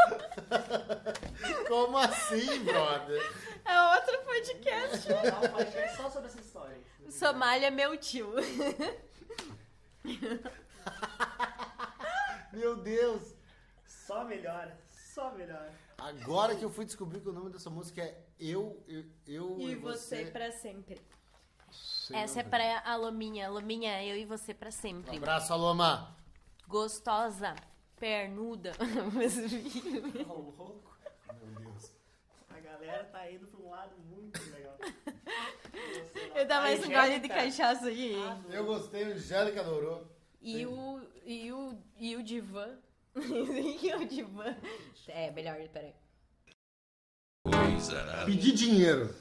Como assim, brother? É outro podcast. É um podcast só sobre essa história. O Somália é meu tio. Meu Deus. Só melhora, só melhora. Agora que eu fui descobrir que o nome dessa música é Eu, Eu, eu E e Você Você. Pra Sempre. Essa é pra a Lominha. Lominha, é eu e você pra sempre. Um abraço, Aloma. Gostosa, [LAUGHS] pernuda. Tá louco? Meu Deus. A galera tá indo pra um lado muito legal. [LAUGHS] Eu dou mais um gole de Angélica. cachaça aí, hein? Eu gostei, o Angélica adorou. E o, e o, e o divã. [LAUGHS] e o divã. É, melhor, peraí. Pedir dinheiro.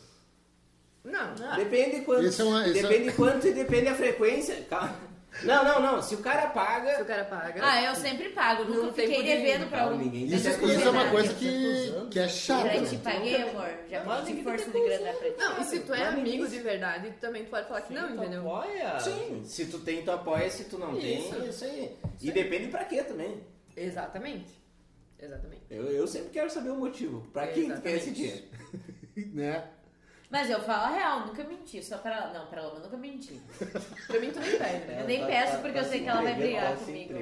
Não, Não. depende quanto. Esse é uma- esse é- depende quanto e depende a frequência. Calma. Não, não, não. Se o cara paga. Se o cara paga. Ah, eu sempre pago. Nunca Não tem fiquei por ninguém. devendo pra Não, um alguém. ninguém Eu Isso, já fui isso é uma nada. coisa que, que é chata. Já te paguei, amor. Já Mas pedi ninguém força tá de grana pra ti. Não, e se tu é Mas ninguém- amigo de verdade, tu também pode falar que não, entendeu? Apoia. Sim. Se tu tem, tu apoia. Se tu não Isso. tem, isso aí. E depende pra quê também. Exatamente. Exatamente. Eu, eu sempre quero saber o motivo. Pra quem tu quer esse dinheiro? [LAUGHS] né? Mas eu falo a real, nunca menti. Só pra ela. Não, pra ela eu nunca menti. [LAUGHS] Pra mim, tu nem pede, né? Eu nem peço É porque eu sei que ela vai Tá brigar comigo.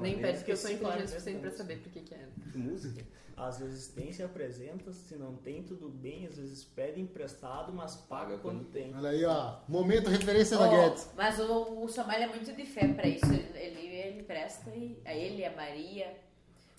Nem pede porque eu sou inteligente o eu suficiente pra saber por que que [LAUGHS] é. música. Às vezes tem, se apresenta, se não tem, tudo bem. Às vezes pede emprestado, mas paga quando tem. Olha aí, ó. Momento referência da Ó, Guedes. Mas o, o Somália é muito de fé pra isso. Ele, ele, ele presta e a ele, a Maria.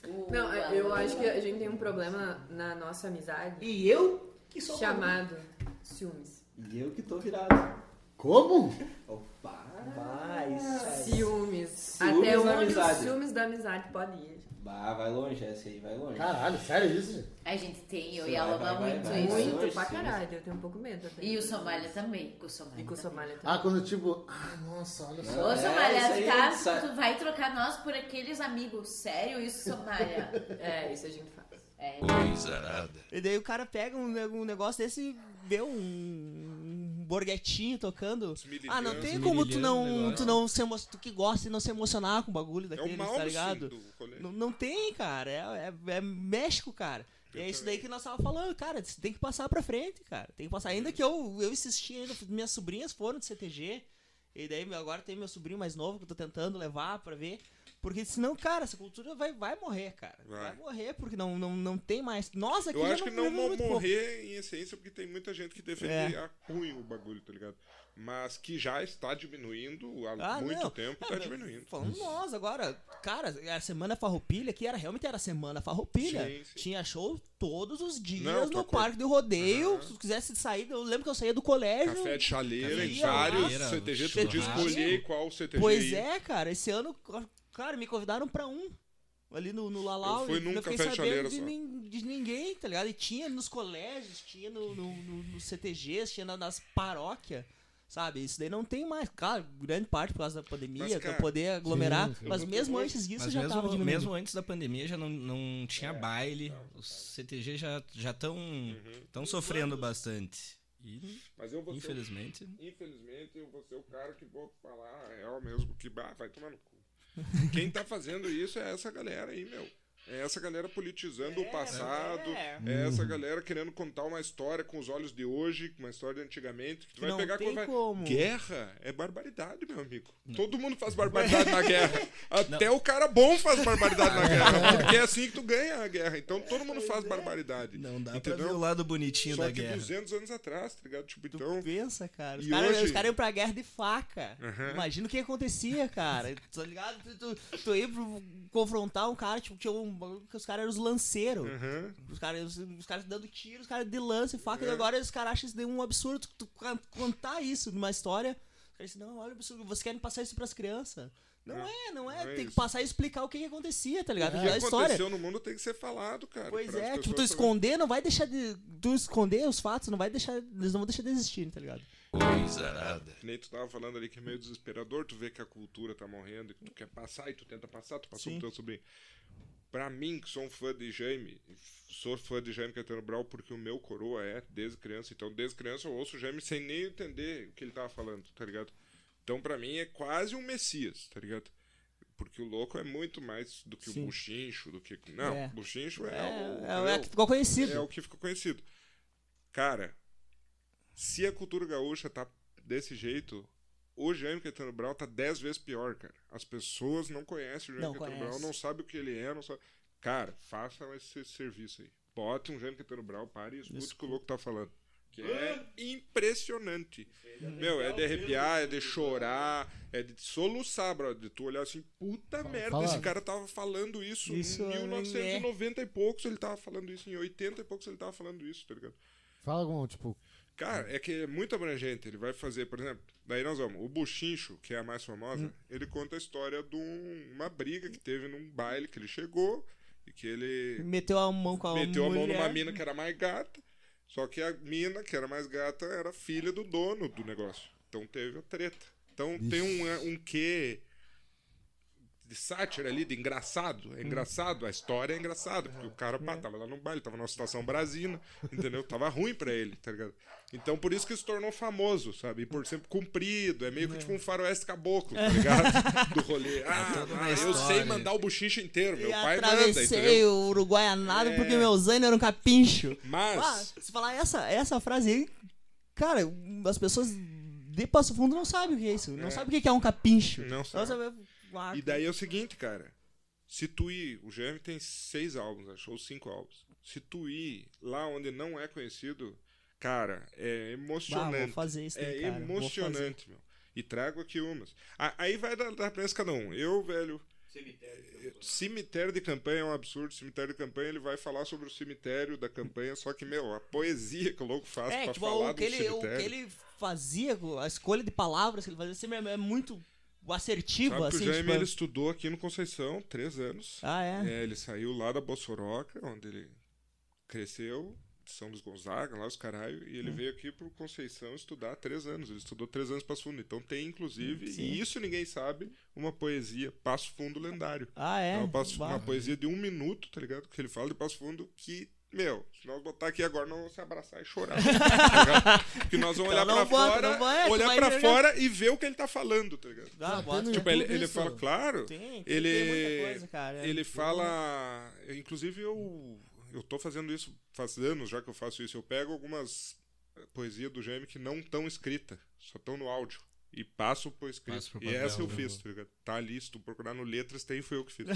O, Não, a- eu acho que a o- gente tem um problema na nossa amizade. E eu que sou Chamado ciúmes. E eu que tô virado. Como? Opa! Vai, Ciúmes. Ah, Ciúmes Até na onde amizade. os ciúmes da amizade podem ir. Bah, Ah, vai longe essa aí, vai longe. Caralho, sério isso, gente? A gente tem, eu Vai, e ela vai, amamos vai, muito vai, isso. vai. Dois, Muito pra sim. caralho, eu tenho um pouco medo. até. E o Somália também, com o Somália. E com o Somália também. Ah, quando tipo. Ah, nossa, olha só. Ô, Somália, É, isso aí, tá? sa- tu vai trocar nós por aqueles amigos. Sério isso, Somália? [LAUGHS] É, isso a gente faz. É. Zarada. E daí o cara pega um, ne- um negócio desse e vê um, um borguetinho tocando. Ah, não tem os como tu mililhões, não, negócio. É um tu não se emo- tu que gosta e não se emocionar com o bagulho daquele, mal, tá sim, ligado? do [LAUGHS] rolê. Não, não tem, cara. É, é- é México, cara. E é isso daí que nós tava falando, cara, você tem que passar pra frente, cara. Tem que passar. Ainda que eu, eu insisti ainda, minhas sobrinhas foram de CTG. E daí agora tem meu sobrinho mais novo que eu tô tentando levar pra ver. Porque senão, cara, essa cultura vai, vai morrer, cara. Vai. morrer porque não, não, não tem mais. Nós aqui Eu já acho que não vivemos vão muito pouco. morrer em essência, porque tem muita gente que defende É. a cunho o bagulho, tá ligado? Mas que já está diminuindo há Ah, muito não. tempo, Ah, tá mas diminuindo. Falando nós agora, cara, a semana farroupilha aqui era realmente era semana farroupilha. Sim, Tinha show todos os dias Não, tô no acor- parque de rodeio. Se tu quisesse sair, eu lembro que eu saía do colégio. Café de chaleira, em Ia lá, vários CTG, tu podia churrasco. escolher qual CTG Pois ir. é, cara, esse ano, cara, me convidaram pra um. Ali no, no Lalau. Eu fui e num não fiquei café de sabendo chaleira de, só. nin- de ninguém, tá ligado? E tinha nos colégios, tinha no, no, no- nos CTGs, tinha na- nas paróquias. Sabe, isso daí não tem mais. Claro, grande parte por causa da pandemia, pra poder aglomerar. mas mesmo antes disso Mas já mesmo, tava diminuindo. mesmo antes da pandemia já não, não tinha baile. Os CTG já estão tão sofrendo bastante. E, Mas eu vou ser o- infelizmente. infelizmente, eu vou ser o cara que vou falar a real mesmo, que bah, vai tomar no cu. [LAUGHS] Quem tá fazendo isso é essa galera aí, meu. É essa galera politizando o passado, é. Uhum. essa galera querendo contar uma história com os olhos de hoje, uma história de antigamente, que tu Que vai não pegar tem quando vai... como. Guerra é barbaridade, meu amigo. Todo mundo [LAUGHS] faz barbaridade na guerra. Até o cara bom faz barbaridade na guerra, porque é assim que tu ganha a guerra. Então todo mundo faz barbaridade. Não dá pra entendeu? ver o lado bonitinho Só da que guerra. 200 anos atrás, tá ligado? Tipo, então... pensa, cara. Os E caras hoje- os caras iam pra guerra de faca. Aham. Imagina o que acontecia, [LAUGHS] cara. tá ligado? Tu, tu, tu ia pro- confrontar um cara, tipo, tinha um. bagulho que Os caras eram os lanceiros. Os caras os, os caras dando tiro, os caras de lance, faca. E É. agora os caras acham isso daí um absurdo. Tu, can- contar isso numa história. Os caras dizem, não, olha o absurdo. Vocês querem passar isso pras crianças. Não é, não é. Não é tem que isso. passar e explicar o que, que acontecia, tá ligado? O que Já a história. aconteceu no mundo tem que ser falado, cara. Pois pra as é, pessoas tipo, tu saberem. esconder não vai deixar de. Tu esconder os fatos, não vai deixar. Eles não vão deixar de existir, tá ligado? Coisa nada. Que nem tu tava falando ali que é meio desesperador, tu vê que a cultura tá morrendo, e que tu quer passar e tu tenta passar, tu passou Sim. pro teu sobrinho. Pra mim, que sou um fã de Jaime, sou fã de Jaime Caetano Brau porque o meu coroa é desde criança. Então, desde criança eu ouço o Jaime sem nem entender o que ele tava falando, tá ligado? Então, pra mim, é quase um Messias, tá ligado? Porque o louco é muito mais do que Sim. o buchincho, do que... Não, É. buchincho é, É, o... é o- é o que ficou conhecido. É o que ficou conhecido. Cara, se a cultura gaúcha tá desse jeito, o Jaime Caetano Brown tá 10 vezes pior, cara. As pessoas não conhecem o Jaime Não Caetano conhece. Brown, não sabem o que ele é, não sabe. Cara, faça esse serviço aí. Bote um Jaime Caetano Brown, pare e escuta o que o louco tá falando. Que é impressionante. Meu, é de arrepiar, é de chorar, é de soluçar, bro. De tu olhar assim, puta merda, fala. esse cara tava falando isso, Isso em é- 1990 e poucos, ele tava falando isso, em 80 e poucos ele tava falando isso, tá ligado? Fala algum, tipo, Cara, é que é muito abrangente. Ele vai fazer, por exemplo, daí nós vamos. O Buchincho, que é a mais famosa, ele conta a história de um- uma briga que teve num baile que ele chegou e que ele Meteu a mão com a meteu a mão mulher. numa mina que era mais gata. Só que a mina que era mais gata era filha do dono do negócio. Então teve a treta. Então tem um, um quê de sátira ali, de engraçado. É engraçado, a história é engraçada. Porque o cara, É. pá, tava lá no baile, tava numa situação brasina, entendeu? Tava ruim pra ele, tá ligado? Então por isso que se tornou famoso, sabe? E por sempre cumprido. É meio que tipo um faroeste caboclo, tá [LAUGHS] ligado? Do rolê. Ah, É toda uma ah, eu sei história. mandar o buchicho inteiro, meu E pai manda, atravessei entendeu? o Uruguai a nada É. porque meus anos eram um capincho. Mas- Ah, se falar essa, essa frase aí, cara, as pessoas de Passo Fundo não sabem o que é isso. Não É. sabem o que que é um capincho. Não sabe. E daí é o seguinte, cara. Se tu ir, o GM tem seis álbuns, achou cinco álbuns. Se tu ir lá onde não é conhecido, cara, é emocionante. Bah, Ah, vou fazer isso, É hein, cara, vou emocionante, meu. E trago aqui umas. Ah, aí vai dar, dar pra cada um. Eu, velho. eh, Cemitério de campanha é um absurdo. Cemitério de campanha, ele vai falar sobre o cemitério da campanha, só que, meu, a poesia que o louco faz É, pra tipo, falar o que, do ele, o que cemitério. ele fazia, a escolha de palavras que ele fazia sempre é muito assertiva, Sabe assim, que o Jaime tipo, ele estudou aqui no Conceição três anos. Ah, é? ele saiu lá da Bossoroca, onde ele cresceu, São dos Gonzaga, lá os caralho, e ele Hum. veio aqui pro Conceição estudar três anos. Ele estudou três anos Passo Fundo. Então tem, inclusive, Sim. e isso ninguém sabe, uma poesia Passo Fundo lendário. Ah, é? É uma, passo- Bah. uma poesia de um minuto, tá ligado? Que ele fala de Passo Fundo que. Meu, se nós botar aqui agora, nós vamos se abraçar [LAUGHS] e chorar. tá ligado? Porque nós vamos Então olhar pra não bota, fora, não vai, tu olhar vai pra ver- né? fora e ver o que ele tá falando, tá ligado? Ah, Tá bota. tendo Tipo, ele, YouTube ele isso? fala, claro. Tem, tem- ele, tem muita coisa, cara. É Ele Eu- fala. eu- Inclusive, eu, eu tô fazendo isso faz anos já que eu faço isso. Eu pego algumas eh, poesias do Jaime que não estão escrita, só estão no áudio. E passo por escrito. Passo pro e essa papel, eu né? fiz, tá ligado? Tá ali, se tu procurar no Letras, tem, foi [LAUGHS] eu que fiz.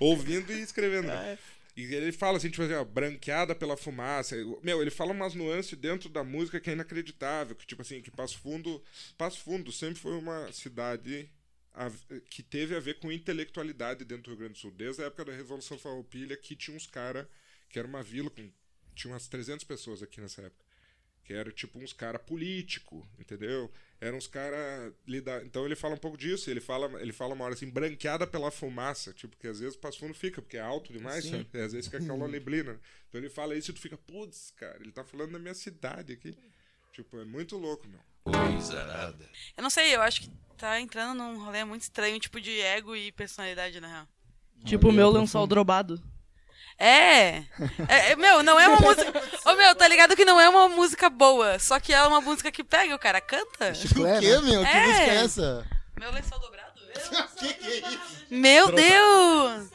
Ouvindo e escrevendo. né? E ele fala assim, tipo assim, ó, branqueada pela fumaça. Meu, ele fala umas nuances dentro da música que é inacreditável. Que, tipo assim, que Passo Fundo. Passo Fundo sempre foi uma cidade a- que teve a ver com intelectualidade dentro do Rio Grande do Sul. Desde a época da Revolução Farroupilha, que tinha uns caras, que era uma vila com... Tinha umas 300 pessoas aqui nessa época. Que era tipo uns cara político, entendeu? Eram uns cara lida... Então ele fala um pouco disso, ele fala, ele fala uma hora assim, branqueada pela fumaça, tipo, que às vezes o passo fundo fica, porque é alto demais, Sim. sabe? E às vezes fica aquela neblina. né? Então ele fala isso e tu fica, putz, cara, ele tá falando da minha cidade aqui. Tipo, é muito louco, meu. Coisa nada. Eu não sei, eu acho que tá entrando num rolê muito estranho, tipo de ego e personalidade, na real. Tipo o meu lençol drobado. É! É, é, meu, não é uma [LAUGHS] música. Ô meu, tá ligado que não é uma música boa, só que é uma música que pega, o cara canta. o quê, meu? Que É. música é essa? Meu lençol dobrado? [LAUGHS] que que é isso? Meu Deus!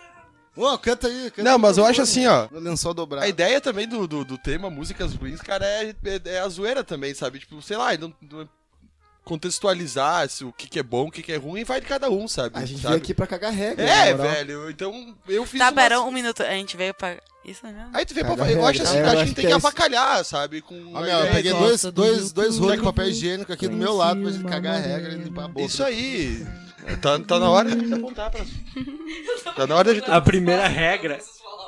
Ô, canta aí, canta Não, mas eu acho assim, ó. lençol dobrado. A ideia também do, do, do tema músicas ruins, cara, é, é, é a zoeira também, sabe? Tipo, sei lá, não, não- contextualizar se, o que, que é bom, o que, que é ruim, vai de cada um, sabe? A gente veio aqui pra cagar regra. É, na moral. velho. Então, eu fiz tá, umas- pera, um minuto. A gente veio pra. Isso mesmo? Aí Tá tu vê, Caga pô, eu acho regra. assim, É, eu eu acho que acho tem que que é isso. avacalhar, sabe? Com Ó, meu, eu peguei dois, dois, dois rolos de papel higiênico aqui do meu lado pra gente cagar a regra e limpar a boca. Isso aí. Tá, tá na [LAUGHS] hora. é Tá na hora de A primeira regra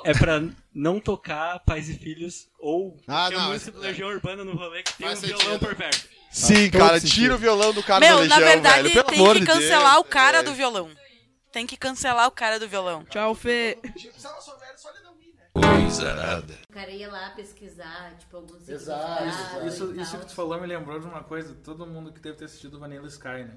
é pra não tocar pais e filhos ou ah, não, música do Legião Urbana no rolê que tem um violão por perto. Sim, cara, tira o violão do cara Meu, da na Legião, verdade, velho. Pelo tem amor que de cancelar o Deus. cara É. do violão. Tem que cancelar o cara do violão. Tchau, Fê. Coisa nada. O cara ia lá pesquisar, tipo, alguns Exato. significados Isso, e isso, isso tal. que tu falou me lembrou de uma coisa. Todo mundo que deve ter assistido Vanilla Sky, né?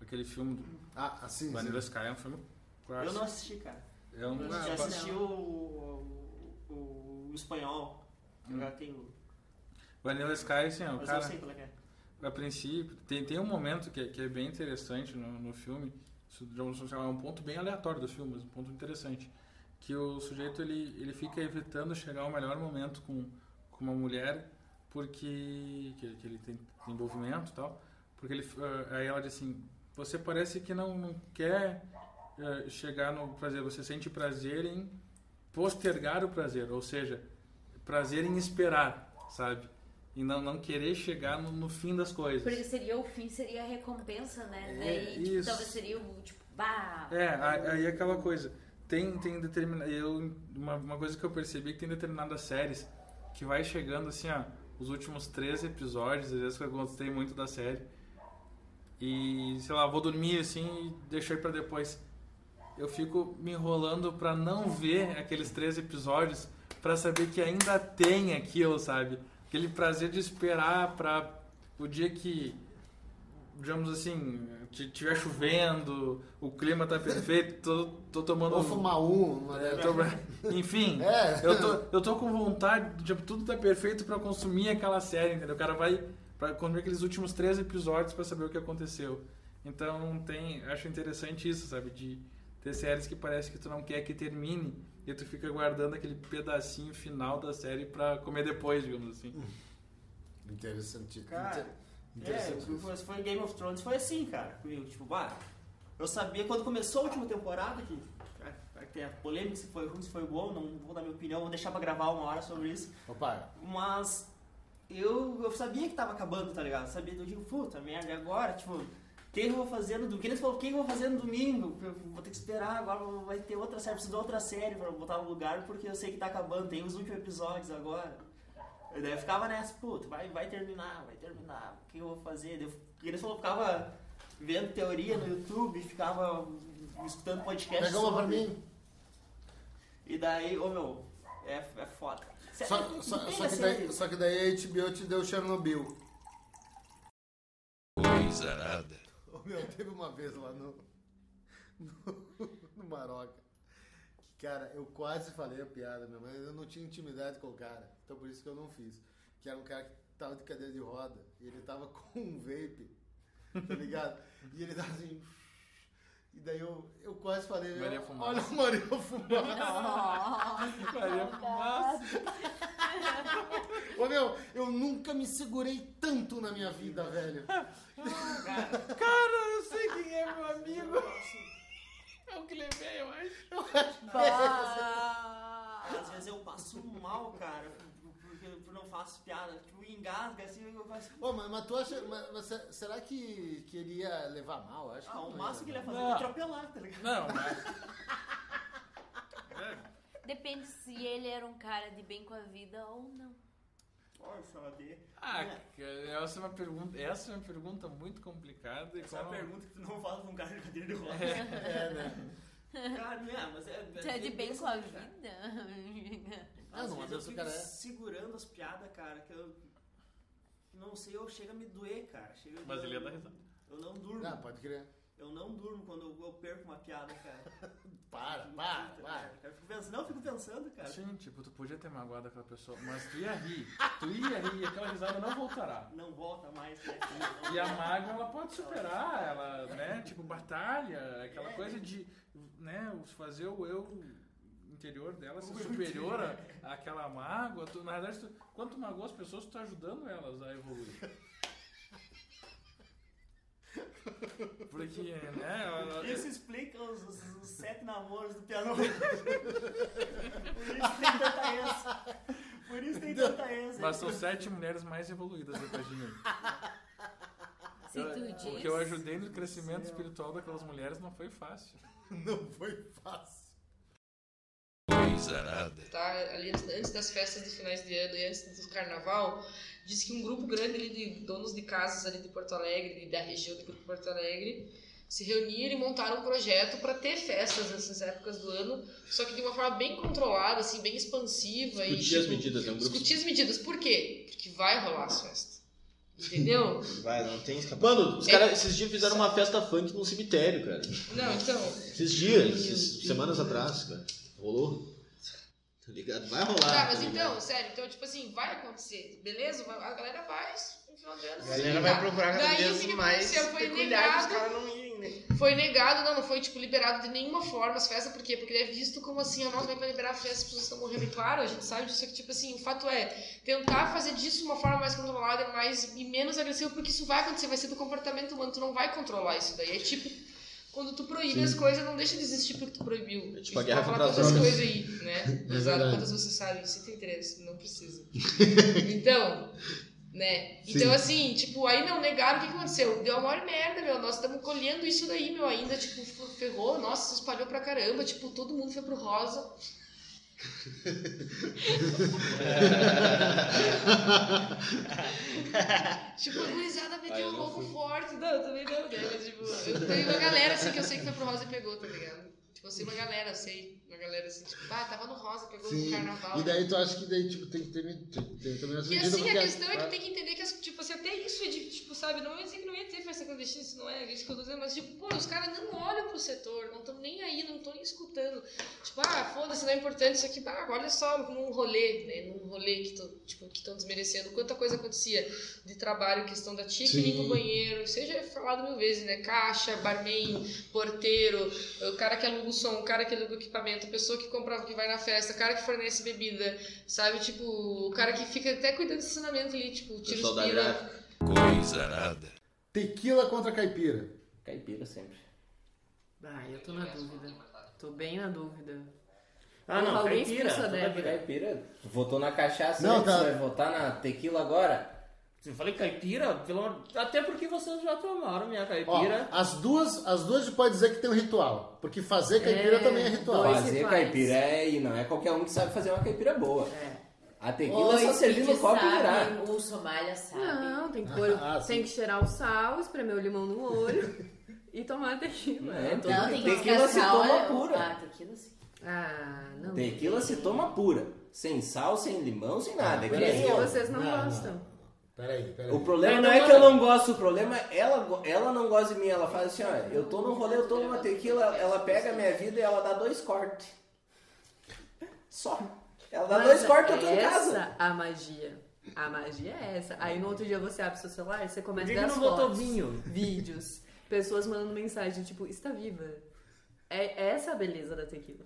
Aquele filme. Do... Ah, assim. Vanilla Sky é um filme clássico. Eu não assisti, cara. É um- Eu Ah, já assisti não. o, o, o espanhol. Hum. que Eu já tenho. Vanilla Sky, assim, ó, o Mas cara. eu sei qual é que é. A princípio, tem, tem um momento que, é- que é bem interessante no, no filme, isso, digamos assim, é um ponto bem aleatório do filme, mas um ponto interessante, que o sujeito ele, ele fica evitando chegar ao melhor momento com, com uma mulher, porque que, que ele tem envolvimento e tal, porque ele, ah, aí ela diz assim, você parece que não, não quer eh, chegar no prazer, você sente prazer em postergar o prazer, ou seja, prazer em esperar, sabe? E não, não querer chegar no, no fim das coisas. Porque seria o fim, seria a recompensa, né? É, Daí, tipo, isso. talvez seria o, tipo, bah... É, a- aí é aquela coisa. Tem, tem determinada. Eu, uma, uma coisa que eu percebi é que tem determinadas séries que vai chegando assim, ó, os últimos três episódios, às vezes que eu gostei muito da série. E, sei lá, vou dormir assim e deixei pra depois. Eu fico me enrolando pra não ver aqueles três episódios pra saber que ainda tem aquilo, sabe? Aquele prazer de esperar pra o dia que digamos assim, t- tiver chovendo, o clima tá perfeito, tô, tô tomando... Vou fumar um, uma- É, tô- [LAUGHS] Enfim, [LAUGHS] É. eu, tô, eu tô com vontade, tipo, tudo tá perfeito pra consumir aquela série, entendeu? O cara vai pra consumir aqueles últimos três episódios pra saber o que aconteceu. Então, tem, acho interessante isso, sabe? De ter séries que parece que tu não quer que termine e tu fica guardando aquele pedacinho final da série pra comer depois, digamos assim. Interessante. Cara, é, Interessante. tipo, foi- foi Game of Thrones, foi assim, cara, comigo. Tipo, bah, eu sabia quando começou a última temporada que. ah, Tem a polêmica se foi ruim, se foi bom, não vou dar minha opinião, vou deixar pra gravar uma hora sobre isso. Opa, Mas eu, eu sabia que tava acabando, tá ligado? Sabia, eu digo, puta merda, e agora, tipo, o que eu vou fazer no domingo? Eles falaram, o que eu vou fazer no domingo? Eu vou ter que esperar, agora vai ter outra série, preciso de outra série pra botar no lugar, porque eu sei que tá acabando, tem os últimos episódios agora. E daí eu ficava nessa, puta, vai, vai terminar, vai terminar, o que eu vou fazer? Daí eu- e eles falaram, eu ficava vendo teoria no YouTube, ficava escutando podcast. Pega uma pra sobre. mim. E daí, ô meu, é, é foda. Só, só, Tem só, que assim, daí, só que daí a HBO te deu Chernobyl. Coisa nada. Ô, Meu, teve uma vez lá no, no, [LAUGHS] no Maroca. que, Cara, eu quase falei a piada, meu, mas eu não tinha intimidade com o cara. Então por isso que eu não fiz. Que era um cara que tava de cadeira de roda. E ele tava [LAUGHS] com um vape. Tá ligado? E ele tava assim. [LAUGHS] E daí eu, eu quase falei. Maria eu, Fumaça. olha o Maria Fumaça. Maria Fumaça. Ô meu, eu nunca me segurei tanto na minha vida, velho. Cara, eu sei quem é meu amigo. É o que levei, eu acho. é Às vezes eu passo mal, cara, porque eu não faço piada. Tipo, engasga assim, eu faço. Ô, mas, mas tu acha. Mas, mas se- será que, que ele ia levar mal? Acho que Ah, não o ia. né? máximo que ele ia fazer é atropelar, tá ligado? [LAUGHS] Não, mas. Depende se ele era um cara de bem com a vida ou não. Nossa, Ah, cara, essa é uma pergunta, essa é uma pergunta muito complicada. Essa é uma pergunta que tu não fala pra um cara de cadeira de roda. É, é, né? Cara, né? Mas é. Tu é de bem com a cara. vida? Às não, mas vezes eu esse fico cara é- segurando as piadas, cara, que eu. que Não sei, eu chega a me doer, cara. Chega a- Mas ele ia dar risada. Eu não durmo. Ah, pode crer. Eu não durmo quando eu, eu perco uma piada, cara. [LAUGHS] Para, Puta, para, cara, para. Eu fico pensando, não, eu fico pensando, cara. Sim, tipo, tu podia ter magoado aquela pessoa, mas tu ia rir. Tu ia rir e aquela risada não voltará. Não volta mais, né? E a mágoa, ela pode superar, ela, né, tipo, batalha, aquela É. coisa de, né, os- fazer o eu interior dela ser O eu superior interior. à- àquela mágoa. Tu, na verdade, tu, quando tu magoa as pessoas, tu tá ajudando elas a evoluir. [LAUGHS] Porque, né, ela- Isso explica os, os- os sete namoros do piano. [LAUGHS] Por isso tem tanta ex. Por isso tem tanta ex. Mas são sete mulheres mais evoluídas depois de mim. [LAUGHS] Se Eu- tu O diz. que eu ajudei no crescimento espiritual daquelas mulheres não foi fácil. Não foi fácil. Coisa nada. tá, ali antes, antes das festas de finais de ano e antes do carnaval, diz que um grupo grande ali de donos de casas ali de Porto Alegre, de- da região de Porto Alegre, se reuniram e montaram um projeto para ter festas nessas épocas do ano, só que de uma forma bem controlada, assim, bem expansiva. e, Discutir as tipo, medidas, é um grupo. Discutir as medidas. Por quê? Porque vai rolar as festas. Entendeu? Vai, não tem escapatória. Mano, os caras esses dias fizeram uma festa funk num cemitério, cara. Não, então. Esses dias, esses- semanas atrás, cara. Rolou. Tá ligado? Vai rolar. Tá, mas tá ligado? então, sério, então, tipo assim, vai acontecer, beleza? Vai- A galera vai, no final de ano. A galera vai procurar cada Daí, vez o que que mais aconteceu? Foi peculiar que os negado. caras não né? Foi negado, não, não foi, tipo, liberado de nenhuma forma as festas, por quê? Porque ele é visto como assim, ó, nossa, vai liberar a festa, as pessoas estão morrendo. E claro, a gente sabe disso, só que, tipo assim, o fato é, tentar fazer disso de uma forma mais controlada mais, e menos agressiva, porque isso vai acontecer, vai ser do comportamento humano, tu não vai controlar isso daí. É tipo, quando tu proíbe Sim. as coisas, não deixa de existir porque tu proibiu. tipo a guerra Vai contra falar as quantas drogas. coisas aí, [LAUGHS] né? É Exato, verdade. quantas você sabe, sinta interesse, não [LAUGHS] precisa. Então, né? Então, Sim. assim, tipo, aí não negaram, o que que aconteceu? Deu a maior merda, meu. Nós estamos colhendo isso daí, meu, ainda, tipo, f- ferrou, nossa, se espalhou pra caramba, tipo, todo mundo foi pro rosa. tipo, a gurizada Aí meteu eu um não louco fui. forte. Não, eu também não, né? Mas, tipo, eu tenho uma galera assim que eu sei que foi pro rosa e pegou, tá ligado? Tipo, eu sei uma galera, eu sei. Uma galera assim, tipo, ah, tava no rosa, pegou Sim. no carnaval. E daí tu acha que daí, tipo, tem que ter, tem, tem também as tá E medidas, assim, porque- a questão é que tu tem que entender que, as- tipo, assim, até isso é de, tipo, sabe, não ia dizer que não ia ter festa clandestina, isso não é isso que eu tô dizendo, mas, tipo, pô, os caras não olham pro setor, não estão nem aí, não estão nem escutando. Tipo, ah, foda-se, não é importante isso aqui, bah, olha só, num rolê, né, num rolê que estão tipo, que tão desmerecendo, quanta coisa acontecia de trabalho, questão da tia que Sim. limpa o banheiro, isso aí já é falado mil vezes, né, caixa, barman, porteiro, o cara que aluga o som, o cara que aluga o equipamento, a pessoa que comprava, que vai na festa, o cara que fornece bebida, sabe? Tipo, o cara que fica até cuidando do estacionamento ali, tipo, tira os pila. Coisa nada. Tequila contra caipira. Caipira sempre. Ah, eu tô na dúvida. Tô bem na dúvida. Ah, não, Porra, alguém caipira. expulsa né? a toda Débora. né? Caipira. Tu Votou na cachaça Não, tá. antes, cara. vai votar na tequila agora? Eu falei caipira, pelo amor- até porque vocês já tomaram minha Ó, caipira. as duas, as duas a gente pode dizer que tem um ritual, porque fazer caipira também é ritual. Fazer caipira é, e não é qualquer um que sabe fazer uma caipira boa. A tequila Ou é só esse servir que no copo e sabe, virar. Ou Somália sabe. Não, tem que, pôr, Ah, tem que cheirar o sal, espremer o limão no olho e tomar a tequila. É, todo não, tem ritual. que Tequila se descascar, toma olha, pura. Ah, tequila sim. Ah, não. Tequila se toma pura. Sem sal, sem limão, sem nada. É Por que isso nem que eu. vocês não, gostam. Peraí, peraí. O problema Não, não, não, é não. que eu não gosto, o problema é ela, go- ela não gosta de mim. Ela fala assim, ó, eu tô num rolê, eu tomo uma tequila, ela pega a minha vida e ela dá dois cortes. Só. Ela dá Mas dois cortes, eu tô em essa casa. é a magia. A magia é essa. Aí no outro dia você abre seu celular e você começa Por a que ver que as não botou fotos, vinho? [LAUGHS] vídeos, pessoas mandando mensagem tipo, está viva. É essa a beleza da tequila.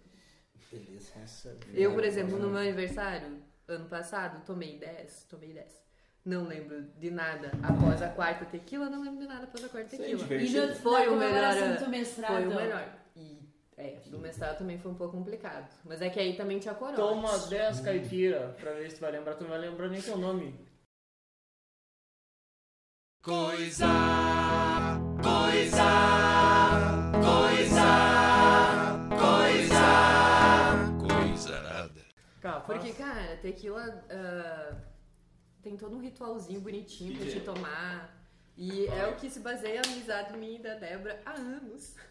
Beleza, essa- É, Eu, por exemplo, no meu aniversário, ano passado, tomei 10, tomei 10. Não lembro de nada após a quarta tequila, não lembro de nada após a quarta Isso é tequila. e divertido. já foi Na o melhor. comemoração ano. do mestrado. Foi o melhor. E é, do mestrado também foi um pouco complicado. Mas é que aí também tinha corona. Toma 10 caipira pra ver se tu vai lembrar. Tu não vai lembrar nem teu nome. Coisa, coisa, coisa, coisa, coisa nada. Porque, cara, tequila ah, tem todo um ritualzinho bonitinho pra te tomar. E é o que se baseia a amizade minha e da Débora há anos. [LAUGHS]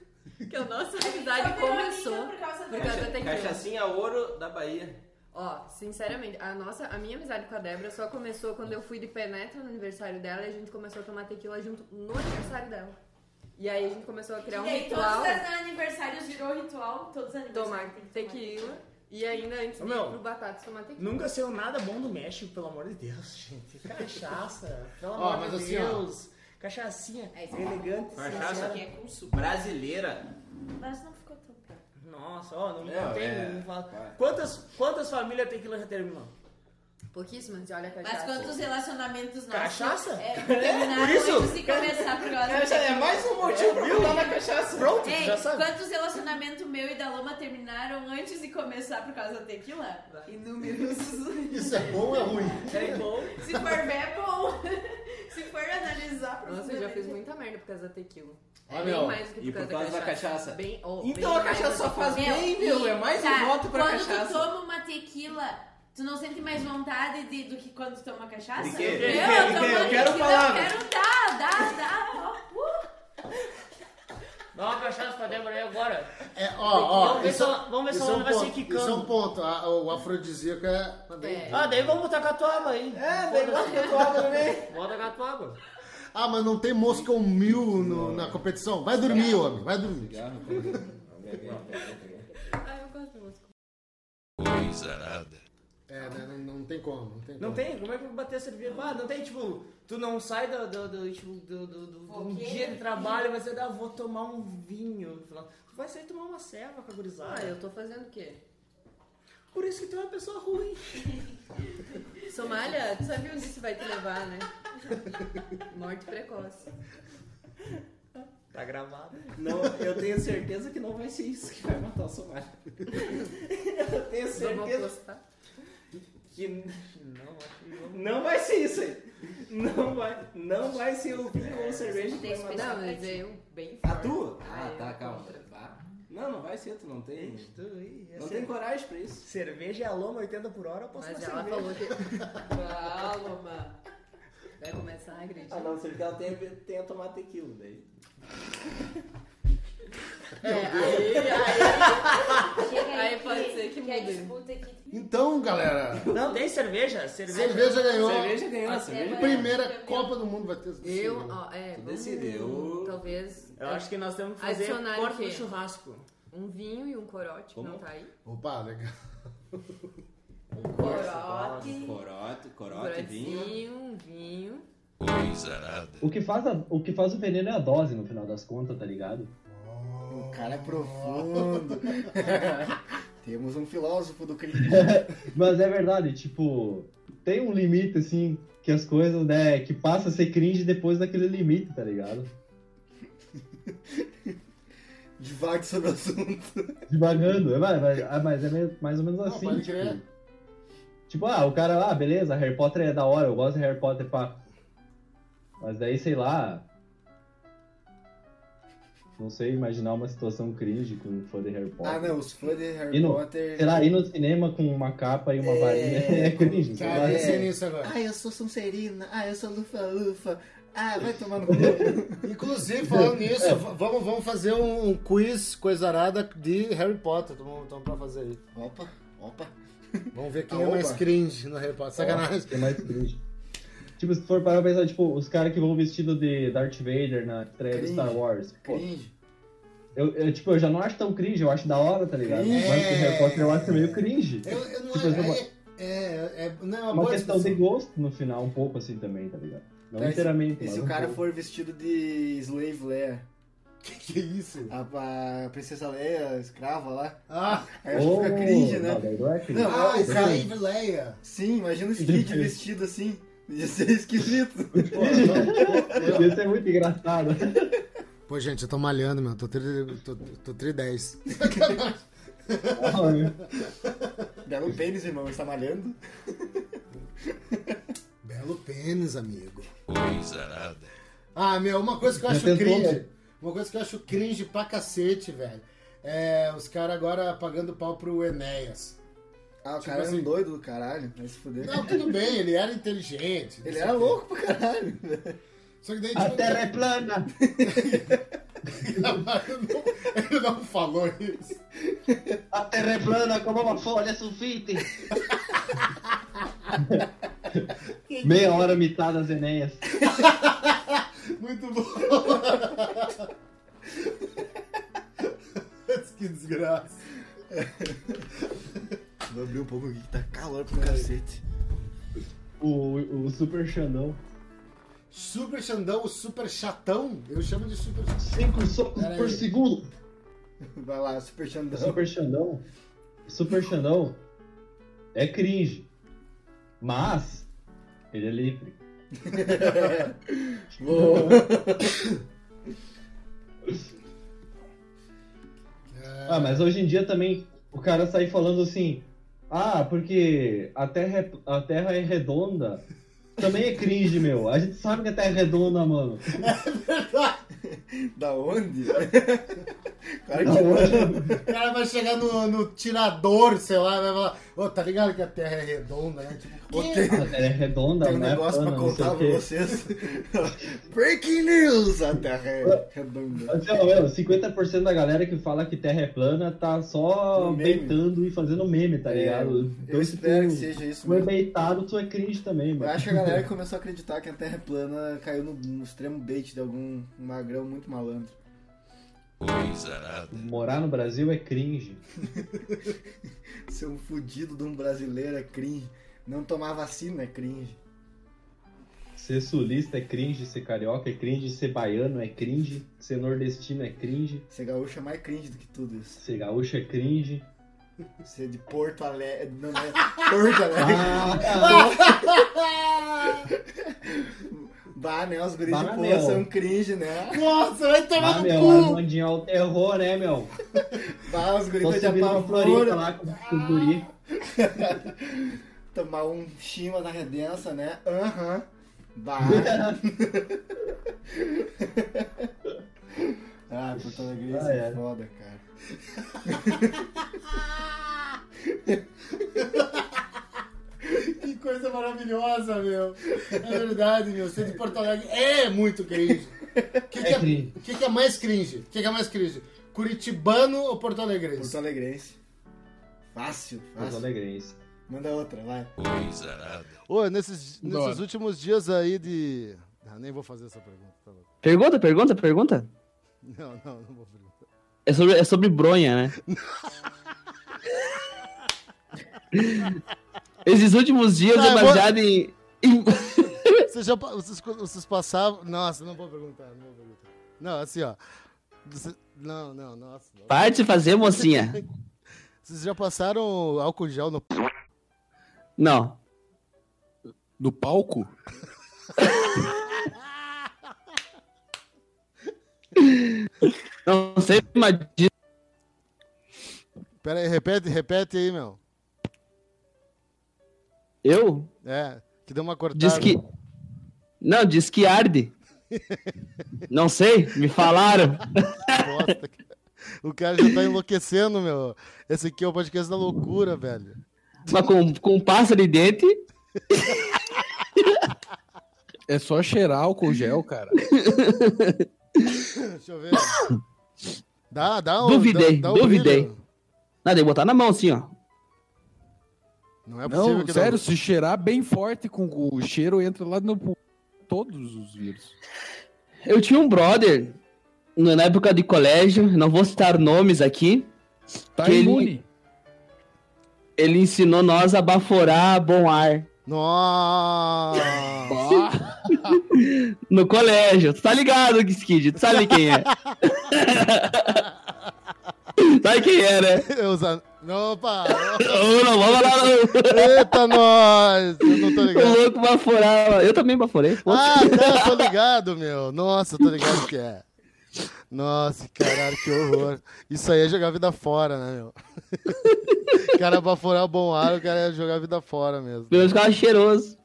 Que a nossa amizade virou começou amiga por causa, da tequila. assim? Cachacinha ouro da Bahia. Ó, sinceramente, a nossa, a minha amizade com a Débora só começou quando eu fui de penetra no aniversário dela e a gente começou a tomar tequila junto no aniversário dela. E aí a gente começou a criar um e aí, ritual, todos os aniversários virou ritual, todos os tomar aniversários. tem que tequila e ainda antes de ir Meu, pro Batatas tomar tequila. Nunca saiu nada bom do México, pelo amor de Deus, [LAUGHS] gente. Cachaça, pelo Ó, amor mas de assim, ó. Deus. Cachacinha, elegante, Cachaça é sincera. brasileira. Mas não ficou tão bom. Nossa, ó, não, Não, não tem. é. não fala. Quantas, quantas famílias tequila já terminou? Pouquíssimas, e olha a Mas cachaça. quantos relacionamentos nossos Cachaça? [LAUGHS] É, É, por terminaram isso? antes de começar por causa Essa da é mais um tequila? motivo pra Viu? botar na cachaça. Pronto, Ei, já sabe. Quantos relacionamentos meu e da Loma terminaram antes de começar por causa da tequila? Inúmeros. [LAUGHS] Isso é bom ou é ruim? É bom. Se for bem, é bom. [LAUGHS] Se for analisar Nossa, eu já fiz muita merda por causa da tequila. É bem mais do que por, E por causa da cachaça. Bem, ó, Então bem a cachaça mais só do que- faz bem, meu. É mais tá, um voto pra quando cachaça. tu toma uma tequila, tu não sente mais vontade de- do que quando tu toma cachaça? De quê? De Eu, quê? eu De quê? tomo Eu quero tequila, palavra. Eu quero dar, dar, dar. ó, uh. cachaça pra Débora aí agora. É, ó, ó, Vamos ver se isso- ela- vamos ver se isso ela é um não vai ser ponto, Isso é um quicando. ponto. A- o afrodisíaco é. É. Ah, daí vamos Tá botar catuaba aí. É, daí bota catuaba também. Bota catuaba. Ah, mas não tem Moscow Mil no- na competição? Vai dormir, homem, vai dormir. [LAUGHS] Ah, eu gosto de música. Coisa nada. É, né? Não, não tem como, não tem Não como. tem? Como é que eu vou bater a cerveja? Ah, não tem, tipo, tu não sai do, do, do, tipo, do, do- do- do- um quê? dia de trabalho, mas eu ah, vou tomar um vinho. Tu vai sair tomar uma serva com a gurizada. Ah, eu tô fazendo o quê? Por isso que tu é uma pessoa [LAUGHS] ruim. Somália, tu sabe onde isso vai te levar, né? [LAUGHS] Morte precoce. Tá gravado? Não, eu tenho certeza que não [LAUGHS] vai ser é isso que vai matar o Somália. Eu tenho certeza. Que n- não, acho que não. não vai ser isso aí. Não vai, não vai ser o vinho ou a cerveja que vai matar. Não, mas é eu bem A forte. tua? Ah, eu tá, calma. contra. Não, não vai ser, tu não tem. não essa tem é- coragem pra isso. Cerveja é a loma 80 por hora, eu posso Mas uma ela cerveja. falou que. Calma, mano. Vai começar a agredir. A Ah, não ser que ela tenha, tenha tomado tequila daí. [LAUGHS] É, aí, aí. aí pode ser que é mude. Então, galera. Não, tem cerveja. Cerveja, Cerveja ganhou. Cerveja ganhou. A cerveja Primeira Copa do Mundo vai ter essa Eu, cerveja. ó, é. Tu vamos- decidiu. Talvez. Eu acho que nós temos que fazer adicionar corte o quê? do churrasco. Um vinho e um corote, que não Como? tá aí. Opa, legal. Corote. Corote, corote, vinho. Um vinho. Coisa nada. O que, faz a- o que faz o veneno é a dose, no final das contas, tá ligado? [LAUGHS] O cara é profundo. [LAUGHS] Temos um filósofo do [LAUGHS] crime. Mas é verdade, tipo, tem um limite, assim, que as coisas, né, que passa a ser cringe depois daquele limite, tá ligado? Divague sobre o assunto. Devagando, vai, vai, ah, mas é meio- mais ou menos Não, assim. pode tipo, crer. tipo, ah, o cara, ah, beleza, Harry Potter é da hora, eu gosto de Harry Potter, pá. Mas daí, sei lá. Não sei imaginar uma situação cringe com um fã de Harry Potter. Ah, não, os fãs de Harry ir no, Potter. Sei lá, ir no cinema com uma capa e uma varinha é cringe. sei lá. Ah, eu sou Sonserina. Ah, eu sou Lufa Lufa. Ah, vai tomar [LAUGHS] no Inclusive, falando Então, É, nisso, É. v- vamos, vamos fazer um, um quiz coisarada de Harry Potter. Estamos pra fazer aí. Opa, opa. Vamos ver quem Ah, é mais opa. cringe no Harry Potter. Sacanagem. É mais cringe. Tipo, se tu for parar pra pensar, tipo, os caras que vão vestido de Darth Vader na estreia do Cringe. Star Wars. Pô, Cringe. eu, eu, tipo, eu já não acho tão cringe, eu acho da hora, tá ligado? Mas o Harry Potter eu acho meio cringe. tipo, essa é uma, É, é, não, é uma, uma boa questão discussão. de gosto no final, um pouco assim também, tá ligado? Não Tá, e se- inteiramente, E mas se o um cara pouco. for vestido de Slave Leia? Que, é que isso? A, a princesa Leia, a escrava lá. Ah! Aí eu acho que fica Oh, cringe, né? não, daí não é cringe. é o cara- Slave Leia. Sim, imagina o Skid vestido assim. Ia ser [LAUGHS] esquisito. Isso é muito engraçado. Pô, gente, eu tô malhando, meu. Tô, tri, tô, tô 310. Belo pênis, irmão, está malhando. Belo pênis, amigo. Coisa nada. Ah, meu, uma coisa que eu Já acho tentou, cringe. velho? Uma coisa que eu acho cringe pra cacete, velho. É os caras agora pagando pau pro Enéas. Ah, o Tipo cara é assim. um doido do caralho, vai se fuder. Não, tudo bem, ele era inteligente. não Ele sei era o quê. louco pra caralho. Só que daí, A tipo, terra é plana. [LAUGHS] ele não falou isso. A terra é plana como uma [LAUGHS] folha sulfite. Meia hora mitada as Enéas. Muito bom. [LAUGHS] que desgraça. Vou abrir um pouco aqui que tá calor pro cacete. O, o Super Xandão. Super Xandão, o Super Chatão? Eu chamo de Super Chatão. Cinco socos Pera por aí. segundo. [LAUGHS] Vai lá, Super Xandão. Super Xandão. Super Xandão é cringe. Mas ele é livre. [LAUGHS] Boa. Ah, mas hoje em dia também o cara sai falando assim: Ah, porque a terra é, a terra é redonda. Também é cringe, meu. A gente [LAUGHS] sabe que a terra é redonda, mano. da onde? Cara, que- o cara vai chegar no, no tirador, sei lá, vai falar, ô, tá ligado que a Terra é redonda, né? Tipo, ô, tem, A Terra é redonda, tem um não é negócio plana, pra não sei contar o pra quê. vocês. [LAUGHS] Breaking news! A Terra é redonda. Mas, é, ó, meu, 50% da galera que fala que Terra é plana tá só No um meme. beitando e fazendo meme, tá É, ligado? eu espero que seja isso Tu é mesmo. beitado, tu é cringe também, mano. Eu acho que a galera que começou a acreditar que a Terra é plana caiu no, no extremo bait de algum magrão muito malandro. Coisa nada. Morar no Brasil é cringe. Ser um fudido de um brasileiro é cringe. Não tomar vacina é cringe. Ser sulista é cringe, ser carioca é cringe, ser baiano é cringe, ser nordestino é cringe. Ser gaúcho é mais cringe do que tudo isso. Ser gaúcho é cringe. Ser de Porto Alegre. Não, não é Porto Alegre. Ah, [LAUGHS] é. bah, né? Os guris de Bah, porra meu. são cringe, né? [LAUGHS] Nossa, vai Ah, meu, Armandinho é o terror, [LAUGHS] né, meu? Bah, os Tô guris de subindo pra Floripa lá apavoro. com com o guri. Tomar um chima na redença, né? Aham. Bah. ah, Porto Alegre Ah, é é. foda, cara. Que coisa maravilhosa, meu. É verdade, meu. Ser de Porto Alegre é muito cringe. Que que é, O que, que é mais cringe? O que, que é mais cringe? Curitibano ou Porto Alegrense? Porto Alegrense. Fácil, Porto Alegrense. Manda outra, vai. Coisa [LAUGHS] nada. Ô, nesses, Da nesses hora. últimos dias aí de. Ah, nem vou fazer essa pergunta, tá louco. Pergunta, pergunta, pergunta. Não, não, não vou perguntar. É sobre, é sobre bronha, né? [LAUGHS] Esses últimos dias Tá, é eu vou- baseado em. [LAUGHS] Vocês, já, pa- vocês, vocês passavam. Nossa, não vou perguntar, não vou perguntar. Não, assim, ó. Você- Não, não, nossa. não. Parte fazer, mocinha. [LAUGHS] Vocês já passaram álcool gel no. Não. No palco? [LAUGHS] Não sei, mas diz- Pera aí, repete, repete aí, meu. eu? É, que deu uma cortada. Diz que. Não, diz que arde. Não sei, me falaram. Bosta, cara. O cara já tá enlouquecendo, meu. Esse aqui é o podcast da loucura, velho. Mas com, com um pássaro de dente. É só cheirar álcool gel, [LAUGHS] cara. Deixa eu ver. Dá, dá um. duvidei, dá- dá um duvidei. brilho. Nada, tem que botar na mão assim, ó. Não é possível Não, um que sério, não. se cheirar bem forte com o cheiro, entra lá no pul- todos os vírus. Eu tinha um brother na época de colégio, não vou citar nomes aqui. Tá que ele, imune. ele ensinou nós a baforar bom ar. Nossa! no colégio. Tu tá ligado, Skid? Tu sabe quem [LAUGHS] é? [LAUGHS] sabe quem é, né? Eu já- Opa! Ô, [LAUGHS] não, vamos lá, não. Eita, nós! Eu não tô ligado. O louco baforava. Eu também baforei. Ah, tá, tô ligado, meu. Nossa, tô ligado que é. Nossa, caralho, que horror. Isso aí é jogar vida fora, né, meu? [LAUGHS] O cara baforar bom ar, o cara é jogar vida fora mesmo. Pelo menos ficava cheiroso.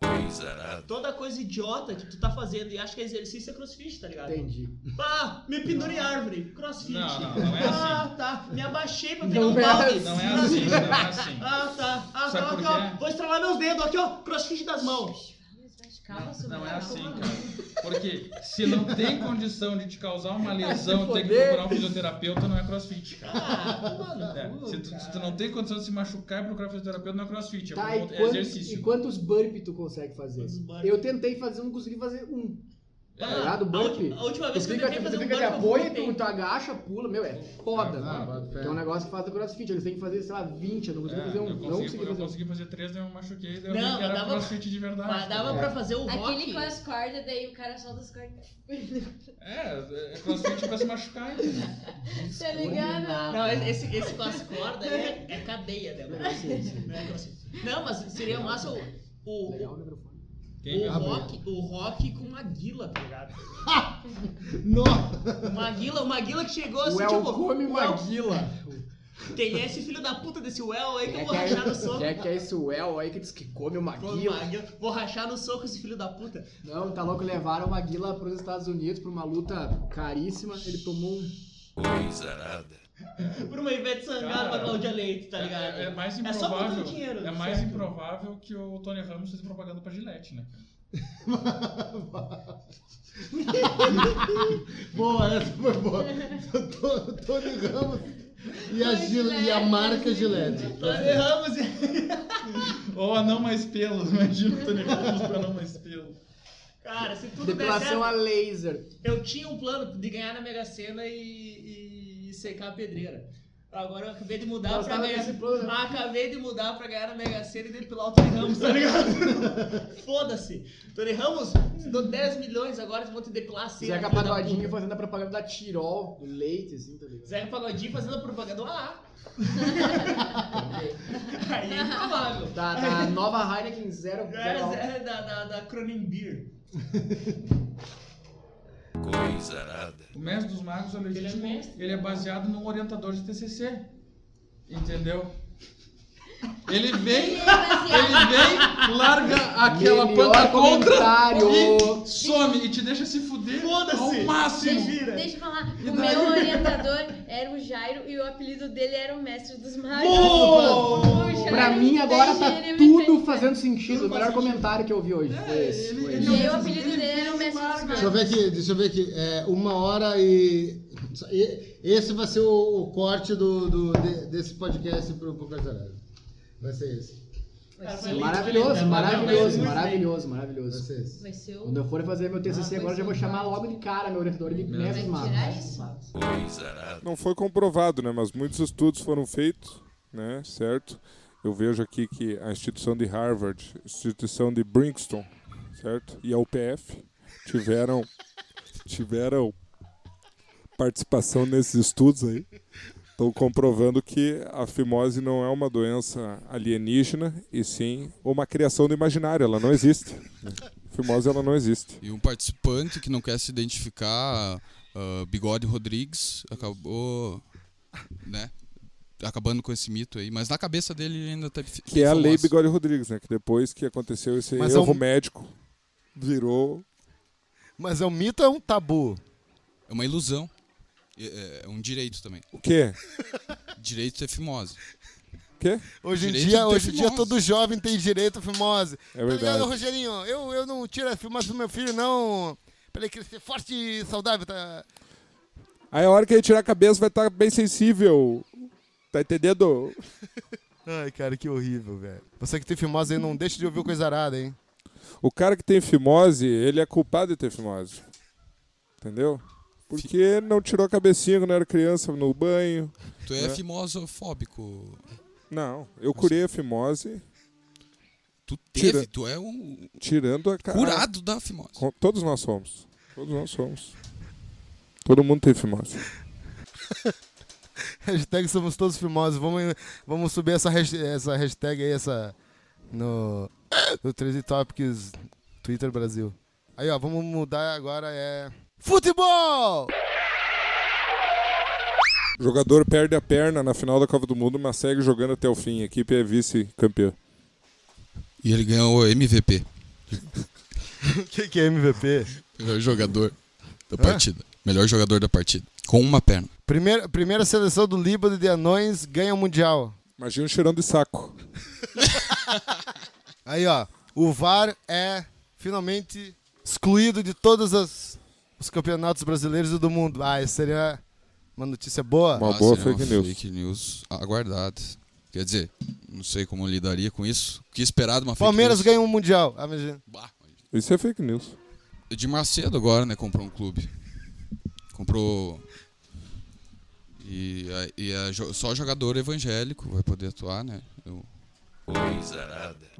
Coisa nada. Toda coisa idiota que tu tá fazendo e acha que é exercício é crossfit, tá ligado? Entendi. Ah, me pendurei em árvore. Crossfit. Não, não, não é Ah, tá. Me abaixei pra pegar Não um é balde. assim, não é assim, não é assim. Ah, tá. Ah, Sabe tá. por Aqui, quê? ó. Vou estralar meus dedos. Aqui, ó. Crossfit das mãos. Não é assim, cara. Porque se não tem condição de te causar uma lesão, tem que foder. procurar um fisioterapeuta, não é crossfit, cara. É, se tu, se tu não tem condição de se machucar e procurar fisioterapeuta, não é crossfit, é, Tá, um e outro- é quantos, exercício. e quantos burpee tu consegue fazer? Eu tentei fazer, não consegui fazer um. Tá É, ligado? a Burpee. ulti- a última tu vez que eu fica, tentei fazer tu um fica de burpee, eu apoio, vomitei. tu, tu agacha, pula, meu, é foda, mano. foda, Que é um é. negócio que faz do crossfit, eles têm que fazer, sei lá, 20, eu não consegui É, fazer um. eu não consegui, consegui eu fazer um. consegui fazer três, daí eu machuquei, daí eu vi Não, que mas era dava, crossfit de verdade. mas dava cara. pra fazer o Aquele rock. com as cordas, daí o cara solta as cordas. [LAUGHS] É, é crossfit pra se machucar, entendeu? tá ligado? Não, esse, esse com as cordas é, é cadeia, né? Não, sim, sim. Não, é crossfit. Não, mas seria massa o. o- Quem o abre? rock, o rock com uma guila, tá ligado? Nossa! Uma guila, uma guila que chegou assim, O El tipo. come o El- Maguila. Tem esse filho da puta desse well aí que eu É vou que é- rachar no soco. é que é esse well aí que diz que come uma Vou, guila. Maguila, vou rachar no soco esse filho da puta. Não, tá louco, levaram uma guila pros Estados Unidos pra uma luta caríssima. Ele tomou um Coisa nada. Por uma Ivete Sangalo Cara, pra Cláudia Leite, tá é- ligado? É, mais É só improvável. botando dinheiro. é mais certo? improvável que o Tony Ramos fez propaganda pra Gillette, né, cara? Boa, essa foi boa. Tô- Tony Ramos e a, Gil- e a marca Gillette. Tony Ramos Ou a não mais pelo, [LAUGHS] imagina o Tony Ramos pra não mais pelo. Cara, se tudo né? der certo, depilação a laser. eu tinha um plano de ganhar na Mega Sena e, e secar a pedreira. Agora eu acabei de mudar Nós pra tava ganhar. nesse plano, né? Acabei de mudar pra ganhar na Mega Sena e depilar o Tony Ramos, tá ligado? [LAUGHS] Foda-se. Tony Ramos, te dou 10 milhões agora, eu vou te depilar a cena. Zeca filho da Pagodinho puta. fazendo a propaganda da Tirol, do leite, assim, tá ligado? Zeca Pagodinho fazendo a propaganda do AA. [LAUGHS] Aí é improvável. Da, É. da nova Heineken zero zero É, Zé, da, da, da Cronenbeer. Coisa nada. O mestre dos magos é legítimo. Ele é, baseado num orientador de TCC. Entendeu? Ele vem, ele é vem, larga aquela Melhor panta contra comentário. e some e te deixa se fuder ao máximo. Deixa eu falar, E o daí? meu [LAUGHS] orientador era o Jairo e o apelido dele era o Mestre dos Magos. Boa! O Jairo Pra mim agora tá Teixeira tudo fazendo sentido. O melhor comentário que eu vi hoje foi esse. foi esse. é E o apelido dele era o Mestre dos Magos. Deixa eu ver aqui, deixa eu ver aqui. É, uma hora e. e- Esse vai ser o, o corte do, do- de- desse podcast pro, pro Carcerado. Vai ser esse. né? Maravilhoso, maravilhoso, maravilhoso, Vai ser esse. maravilhoso. Vai ser o- Ah, Quando eu for fazer meu TCC agora, eu já vou chamar logo de cara meu orientador de mestre dos magos. Não foi comprovado, né? Mas muitos estudos foram feitos, né? Certo? Eu vejo aqui que a instituição de Harvard, instituição de Princeton, certo? E a UPF tiveram tiveram participação nesses estudos aí. Estão comprovando que a fimose não é uma doença alienígena e sim uma criação do imaginário. Ela não existe. né? Fimose ela não existe. E um participante que não quer se identificar, ah, Bigode Rodrigues, acabou, né, acabando com esse mito aí. Mas na cabeça dele ele ainda tá... Que é a lei Bigode Rodrigues, né? Que depois que aconteceu esse Mas é erro um- médico, virou. Mas é um mito ou é um tabu? É uma ilusão. É é um direito também. O quê? Direito de ter fimose. O quê? Hoje em Direito dia, de ter hoje em dia fimose. todo jovem tem direito à fimose. É Tá ligado, verdade. Rogerinho? Eu, eu não tiro a fimose do meu filho, não. Pra ele crescer forte e saudável, tá? Aí a hora que ele tirar a cabeça vai estar bem sensível. Tá entendendo? Ai, cara, que horrível, velho. Você que tem fimose aí, não deixa de ouvir o coisa arada, hein? [LAUGHS] O cara que tem fimose, ele é culpado de ter fimose. Entendeu? Porque não tirou a cabecinha quando era criança no banho. Tu é né? fimosofóbico. Não, eu curei a fimose. Tu teve, tu é um- Tirando a cara. Curado da fimose. Com- Todos nós somos. Todos nós somos. Todo mundo tem fimose. Hashtag somos todos fimoses. Vamos, vamos subir essa, hasht- essa hashtag aí, essa. No. No 13 Topics Twitter Brasil. Aí, ó, vamos mudar agora é. Futebol! [LAUGHS] Jogador perde a perna na final da Copa do Mundo, mas segue jogando até o fim. A equipe é vice-campeã. E ele ganhou o MVP. O que, que é MVP? Melhor jogador da É? Hã? partida. Melhor jogador da partida. Com uma perna. Primeira, primeira seleção do Líbano de anões ganha o Mundial. Imagina um cheirão de saco. [LAUGHS] Aí, ó. O VAR é finalmente excluído de todos as- os campeonatos brasileiros e do mundo. Ah, isso seria uma notícia boa. Ah, seria uma Fake news aguardada. Quer dizer, não sei como eu lidaria com isso. O Que esperar de uma fake Palmeiras news. ganha um Mundial. Ah, imagina. Isso é fake news. De Macedo agora, né? Comprou um clube. Comprou. E, a- e a jo- só jogador evangélico vai poder atuar, né? Eu... Coisa nada.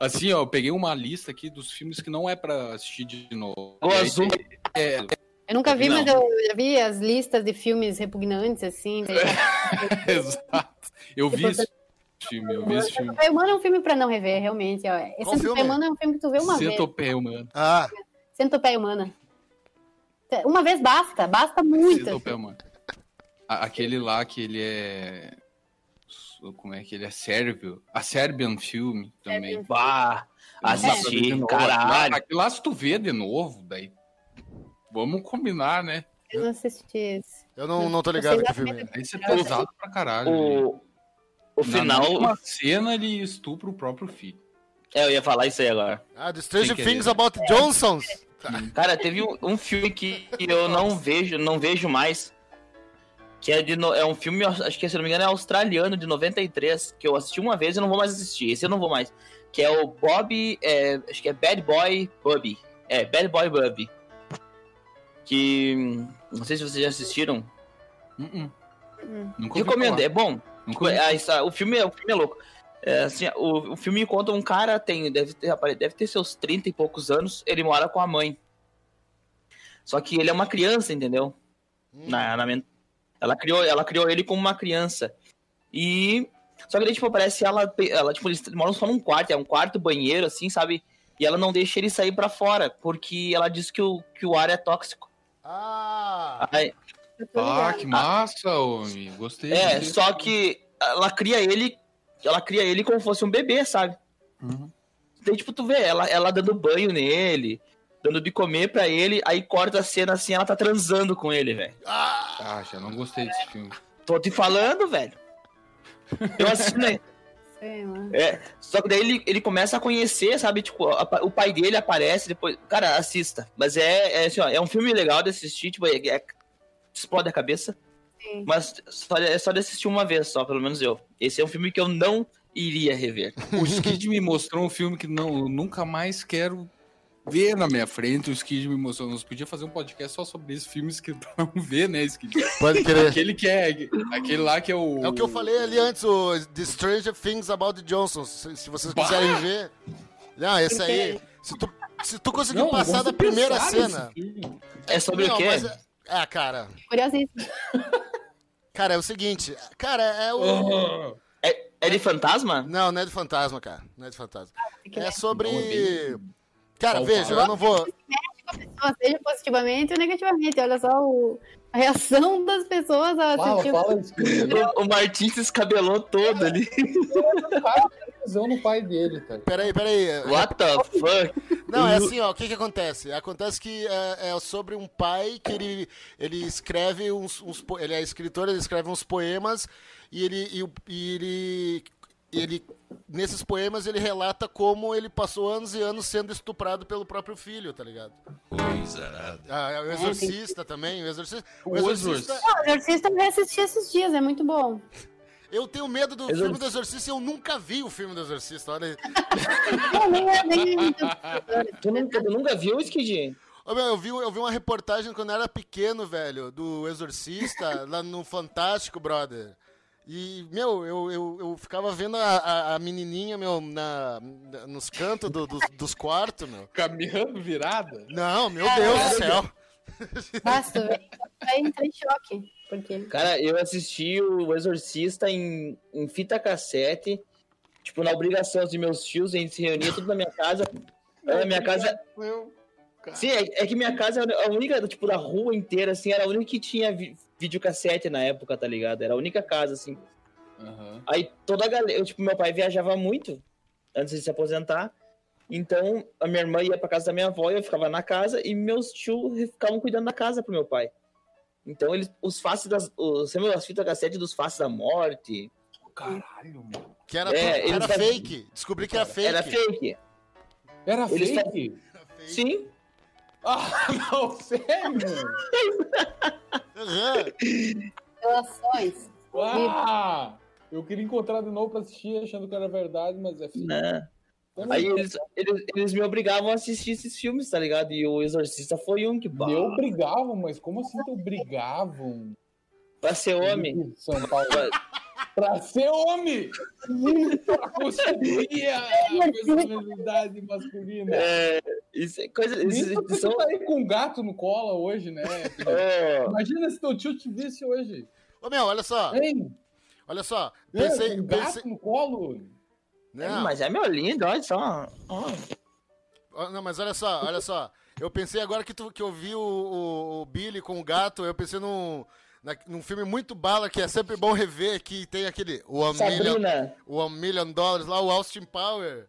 Assim, ó, eu peguei uma lista aqui dos filmes que não é pra assistir de novo. Lagoa E aí Azul. tem- É, Eu nunca vi, Não. É, mas eu já vi as listas de filmes repugnantes, assim. daí- [LAUGHS] exato. Eu vi esse filme, eu vi esse filme. Centopeia Humana é um filme pra não rever, realmente. ó. Esse Qual filme? Centopeia Humana é um filme que tu vê uma vez. Centopeia humana. Ah. Centopeia Humana. Uma vez basta, basta muito. Centopeia humana. A- aquele lá que ele é. Como é que ele é? Sérvio. A Serbian Film também. Serbian Bah! assisti, Nossa, de novo. caralho. Aquilo lá, se tu vê de novo, daí. Vamos combinar, né? Eu não assisti esse. Eu não- não tô ligado que filme é. Aí você é pesado pra caralho. O- né? o final- Na última cena ele estupra o próprio filho. É, eu ia falar isso aí agora. Ah, The Strange Things About Johnsons. Cara, teve um, um filme que eu não vejo, não vejo mais. Que é, de, no- é um filme, acho que se eu não me engano, é australiano, de 93, que eu assisti uma vez e não vou mais assistir. Esse eu não vou mais. Que é o Bob. é, acho que é Bad Boy Bubby. É, Bad Boy Bubby. Que. hum, Não sei se vocês já assistiram. Uh-uh. Nunca ouvi Recomendo, falar. é bom. Nunca ouvi falar. É, isso- o, filme, é- o filme é louco. É, assim, o, o filme conta um cara, tem, deve, ter, rapaz, deve ter seus 30 e poucos anos, ele mora com a mãe. Só que ele é uma criança, entendeu? Na, na men- ela, criou, ela criou ele como uma criança. E. Só que daí, tipo, parece ela. Ela, tipo, eles moram só num quarto, é um quarto, banheiro, assim, sabe? E ela não deixa ele sair pra fora, porque ela diz que o, que o ar é tóxico. Ah! Ah, que massa, homem. Gostei. É, gostei. só que ela cria ele, ela cria ele como fosse um bebê, sabe? Uhum. Então, tipo, tu vê ela, ela dando banho nele, dando de comer pra ele, aí corta a cena assim, ela tá transando com ele, velho. Ah, já não gostei desse filme. Tô te falando, velho. Eu assisti, né? Sei lá. É, só que daí ele, ele começa a conhecer, sabe? Tipo, a- o pai dele aparece depois. Cara, assista. Mas é, é assim, ó, é um filme legal de assistir, tipo, é, é- explode a cabeça. Sim. Mas só, é só de assistir uma vez só, pelo menos eu. Esse é um filme que eu não iria rever. O Skid me mostrou um filme que não, eu nunca mais quero ver na minha frente. O Skid me mostrou. Nós podíamos fazer um podcast só sobre esses filmes que tu [LAUGHS] não vê, né, Skid? Pode crer. Aquele que é. Aquele lá que é o. É o que eu falei ali antes, o The Stranger Things About the Johnsons. Se, se vocês quiserem ver. Não, esse Ah, aí. Se tu, se tu conseguir Não, eu passar gosto da de primeira pensar cena. É sobre Não, o quê? mas é- Ah, cara. Curiosíssimo. Cara, é o seguinte. Cara, é o. Ah. Oh. É, é de fantasma? Não, não é de fantasma, cara. Não é de fantasma. É sobre. Não, é Cara, Salvado. veja, eu não vou. Então, seja positivamente ou negativamente. Olha só o- a reação das pessoas ao assistir. o, o Martins se escabelou todo ali. televisão no pai dele, cara. Peraí, peraí. What the fuck? Não, é assim, ó, o que que acontece? Acontece que é, é sobre um pai que ele, ele escreve uns, uns po- Ele é escritor, ele escreve uns poemas e ele, e, o- e ele, ele... Nesses poemas ele relata como ele passou anos e anos sendo estuprado pelo próprio filho, tá ligado? Coisa nada. Ah, é o Exorcista também, o Exorcista... O Não, o Exorcista eu assisti esses dias, é muito bom. Eu tenho medo do Exorcista. filme do Exorcista e eu nunca vi o filme do Exorcista, olha aí. Eu nem, nem... Tu nunca, tu nunca viu, Skid? Ô, meu, eu, vi, eu vi uma reportagem quando eu era pequeno, velho, do Exorcista, [LAUGHS] lá no Fantástico, brother. E, meu, eu, eu, eu ficava vendo a, a, a menininha, meu, na, na- nos cantos do- dos, dos quartos, meu. Caminhando virada? Não, meu Deus do céu. Nossa, velho. Aí entrei em choque. Porque... Cara, eu assisti o Exorcista em, em fita cassete, tipo, na obrigação de meus tios, a gente se reunia tudo na minha casa. Na É, minha casa. Sim, é, é que minha casa era a única, tipo, da rua inteira, assim, era a única que tinha vi videocassete na época, tá ligado? Era a única casa, assim. Aí toda a galera. eu, tipo, meu pai viajava muito antes de se aposentar. Então, a minha irmã ia pra casa da minha avó, eu ficava na casa, e meus tios ficavam cuidando da casa pro meu pai. Então, eles, os faces das. Os, sempre as fitas cassete dos faces da morte. Caralho, mano. Que era, que era fake. Descobri que era fake. É, tá- Era fake. Era Eles fa- fake? Sim. Ah, não, sério? Relações. Ah, eu queria encontrar de novo pra assistir, achando que era verdade, mas é fake. Né? Como Aí é? eles, eles, eles me obrigavam a assistir esses filmes, tá ligado? E o Exorcista foi um que bah, Me obrigavam, mas como assim te obrigavam? Pra ser homem. São Paulo. pra ser É homem! [LAUGHS] pra conseguir a personalidade masculina. É, isso é coisa. Isso, Isso porque são- tu tá aí com um gato no cola hoje, né? [LAUGHS] É. Imagina se teu tio te visse hoje. Ô, meu, olha só. Hein? Olha só. É, Pensei, um gato pensei... no colo. Não. Mas é meu lindo, olha só. Ó, Não, mas olha só, olha só. Eu pensei agora que, tu, que eu vi o, o- o Billy com o gato, eu pensei num, na- num filme muito bala que é sempre bom rever, que tem aquele o One, million, Sabrina. o One Million Dollars lá, o Austin Power.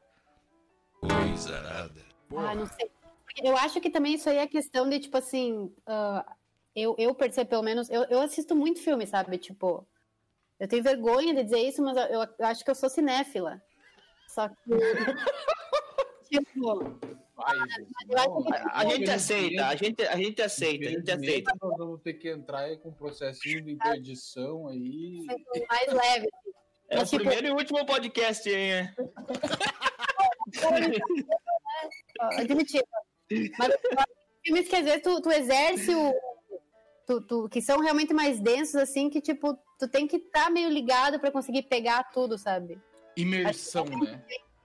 Coisa nada. Ah, não sei. Porque Eu acho que também isso aí é questão de, tipo assim, ah, eu, eu percebo, pelo menos, eu, eu assisto muito filme, sabe? Tipo, eu tenho vergonha de dizer isso, mas eu, eu acho que eu sou cinéfila. Só que. [LAUGHS] tipo, eu acho que- é A gente aceita, a gente, a gente aceita, a gente aceita. Nós vamos ter que entrar aí com um processinho de interdição [LAUGHS] aí. mais leve. É o tipo, primeiro e último podcast, hein? é. admitiva. Ah, Mas eu acho que filmes que às vezes tu, tu exerce o. tu- tu- que são realmente mais densos, assim, que tipo, tu tem que estar meio ligado pra conseguir pegar tudo, sabe? Imersão, né?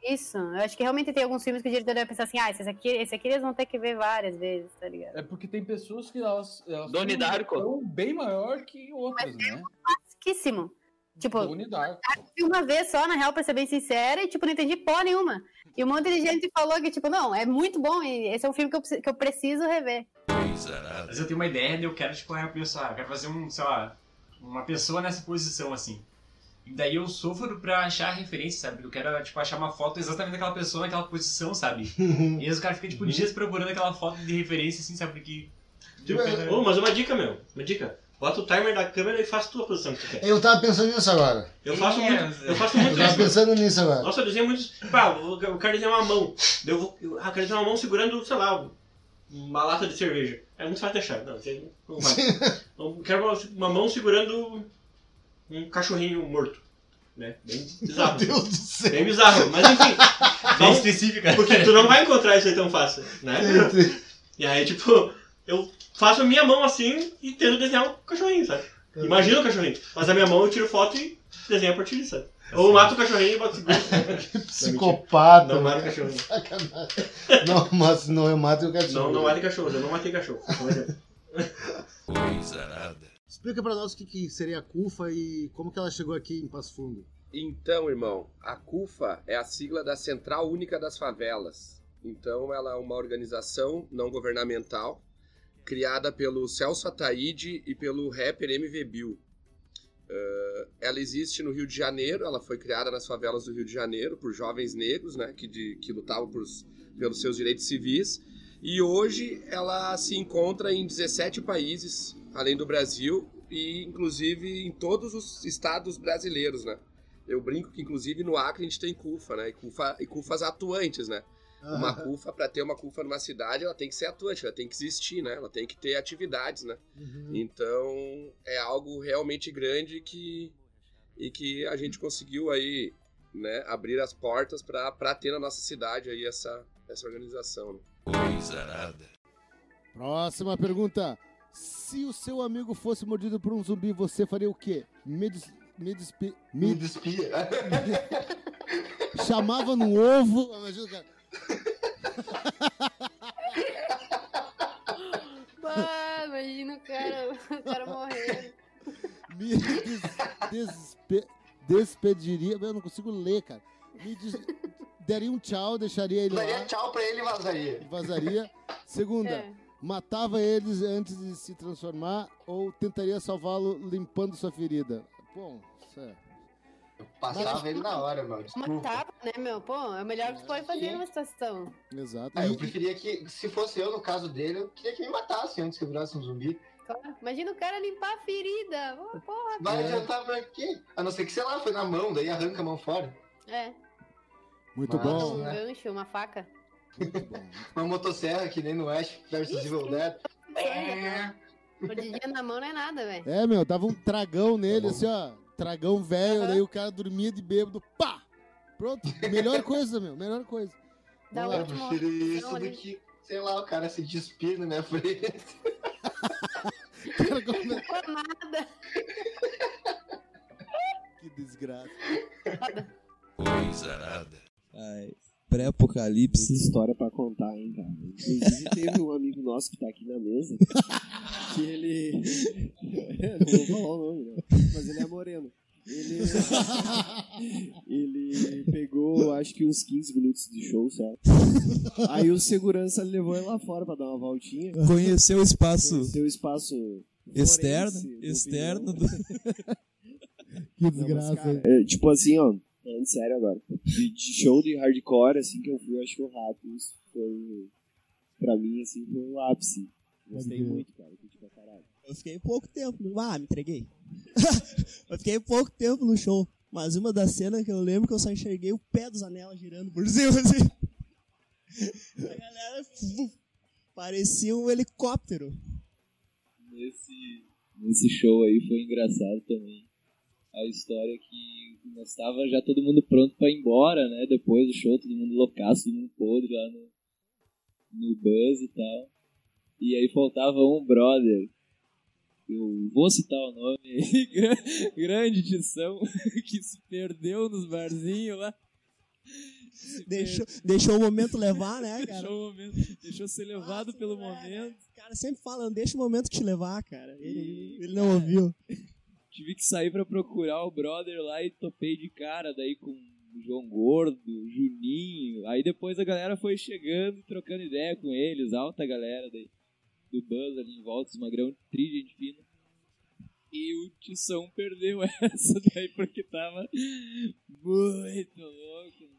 Isso. Eu acho que realmente tem alguns filmes que o diretor deve pensar assim, ah, esse aqui, esse aqui eles vão ter que ver várias vezes, tá ligado? É porque tem pessoas que elas, elas têm Donnie uma Darko. imersão bem maior que outras, né? Esquíssimo. Tipo, Donnie Darko. vi uma vez só, na real, pra ser bem sincera, e tipo, não entendi porra nenhuma. E um monte de gente falou que, tipo, não, é muito bom, e esse é um filme que eu, preci- que eu preciso rever. Mas eu tenho uma ideia e eu quero, tipo, eu penso, ah, eu quero fazer um, sei lá, uma pessoa nessa posição, assim. E daí eu sofro pra achar a referência, sabe? Eu quero, tipo, achar uma foto exatamente daquela pessoa naquela posição, [LAUGHS] sabe? e aí os caras ficam, tipo, dias procurando aquela foto de referência, assim, sabe? Porque... Tipo, é- Ô, mas uma dica, meu. Uma dica. Bota o timer da câmera e faz a tua posição que tu quer. Eu tava pensando nisso agora. Eu faço muito. Eu faço muito Eu tava isso, meu. pensando nisso agora. Nossa, eu desenho muito. Pá, eu eu quero desenhar uma mão. Daí Eu, vou, eu ah, quero desenhar uma mão segurando, sei lá, uma lata de cerveja. É muito fácil deixar. Não, isso aí não vai. [LAUGHS] Eu quero uma, uma mão segurando um cachorrinho morto. Né? Bem [LAUGHS] bizarro. Meu Deus do céu. Bem bizarro, mas enfim. Bem Não- específica. Porque tu não vai encontrar isso aí tão fácil, né? E aí, tipo, eu faço a minha mão assim e tento desenhar um cachorrinho, sabe? Imagina o cachorrinho. Mas a minha mão eu tiro foto e desenho a partir disso, sabe? Ou eu mato o cachorrinho e boto Psicopata. Tá Não mata né? cachorro. Sacanagem. Não, [LAUGHS] mas não, eu mato o cachorro. Não, não mate cachorro, eu não matei cachorro. Não adianta. Coisa nada. Explica pra nós o que, que seria a CUFA e como que ela chegou aqui em Passo Fundo. Então, irmão, a CUFA é a sigla da Central Única das Favelas. Então, ela é uma organização não governamental criada pelo Celso Ataíde e pelo rapper MV Bill. Eh, ela existe no Rio de Janeiro, ela foi criada nas favelas do Rio de Janeiro por jovens negros né, que, de- que lutavam por- pelos seus direitos civis. E hoje ela se encontra em 17 países, além do Brasil, e inclusive em todos os estados brasileiros, né? Eu brinco que, inclusive, no Acre a gente tem CUFA, né? E, CUFA, e CUFAs atuantes, né? Uma Aham. CUFA, para ter uma CUFA numa cidade, ela tem que ser atuante, ela tem que existir, né? Ela tem que ter atividades, né? Uhum. Uhum. Então, é algo realmente grande que, e que a gente conseguiu aí, né? Abrir as portas para ter na nossa cidade aí essa, essa organização, né? Coisa nada. Próxima pergunta. Se o seu amigo fosse mordido por um zumbi, você faria o quê? Me des... Me despi... Me, despia. né? Hum. [LAUGHS] Chamava no ovo. Imagina, cara. [LAUGHS] Bah, imagina o cara, o cara morrer. Me des... despe- despediria. Eu não consigo ler, cara. Me des... Daria um tchau, deixaria ele lá. Daria tchau pra ele e vazaria. Vazaria. Segunda. É. Matava eles antes de se transformar ou tentaria salvá-lo limpando sua ferida? Bom, isso é. Passava ele na hora, meu. Desculpa. Matava, né, meu? Pô, é o melhor que tu pode fazer numa situação. Exato. Ah, eu preferia que, se fosse eu no caso dele, eu queria que me matasse antes que eu virasse um zumbi. Claro. Imagina o cara limpar a ferida. Ô, porra, Vai cara. adiantar pra quê? A não ser que, sei lá, foi na mão, daí arranca a mão fora. É, Muito Mas, um né, gancho, uma faca. Uma motosserra que nem no Ash versus Evil Dead. É. Mordidinha na mão não é nada, velho. É, meu, dava um Tá tragão nele, assim, ó. Tragão velho, daí o cara dormia de bêbado, pá! Pronto, melhor [LAUGHS] coisa, meu, melhor coisa. Não, eu prefiro isso do ali. que, sei lá, o cara se né, despir [LAUGHS] na minha frente. nada. [LAUGHS] Que desgraça. Coisa nada. Ai, Pré-apocalipse, história pra contar, hein, cara. Inclusive, teve um amigo nosso que tá aqui na mesa que ele. Não vou falar o nome, né? Mas ele é moreno. [LAUGHS] Ele. é- Ele pegou, acho que uns 15 minutos de show só. Aí o segurança levou ele lá fora pra dar uma voltinha. Conheceu o espaço. Conheceu o espaço Externo, externo. do- Que desgraça, hein? É, tipo assim, ó, falando sério agora. De, de show de hardcore, assim, que eu fui, eu acho que o Ratos foi. Pra mim, assim, foi o ápice. Gostei crer. muito, cara. Curti pra caralho. Eu fiquei pouco tempo. no- Ah, me entreguei. [LAUGHS] eu fiquei pouco tempo no show. Mas uma das cenas que eu lembro que eu só enxerguei o pé dos anelas girando por [LAUGHS] cima assim. A galera fu, parecia um helicóptero. Nesse, nesse show aí foi engraçado também. A história que nós tava já todo mundo pronto pra ir embora, né? Depois do show, todo mundo loucaço, todo mundo podre lá no, no buzz e tal. E aí faltava um brother. Eu vou citar o nome aí, [LAUGHS] gran- grande tição, [LAUGHS] que se perdeu nos barzinhos lá. Deixou, deixou o momento levar, [LAUGHS] né, cara? É. Deixou, o momento, deixou ser levado pelo momento. O cara sempre falando, deixa o momento te levar, cara. Ele, ele não ouviu. Tive que sair pra procurar o brother lá e topei de cara daí com o João Gordo, o Juninho. Aí depois a galera foi chegando e trocando ideia com eles, alta galera daí do Buzz ali em volta, os magrão, tri gente fina. E o Tição perdeu [LAUGHS] essa daí porque tava muito louco,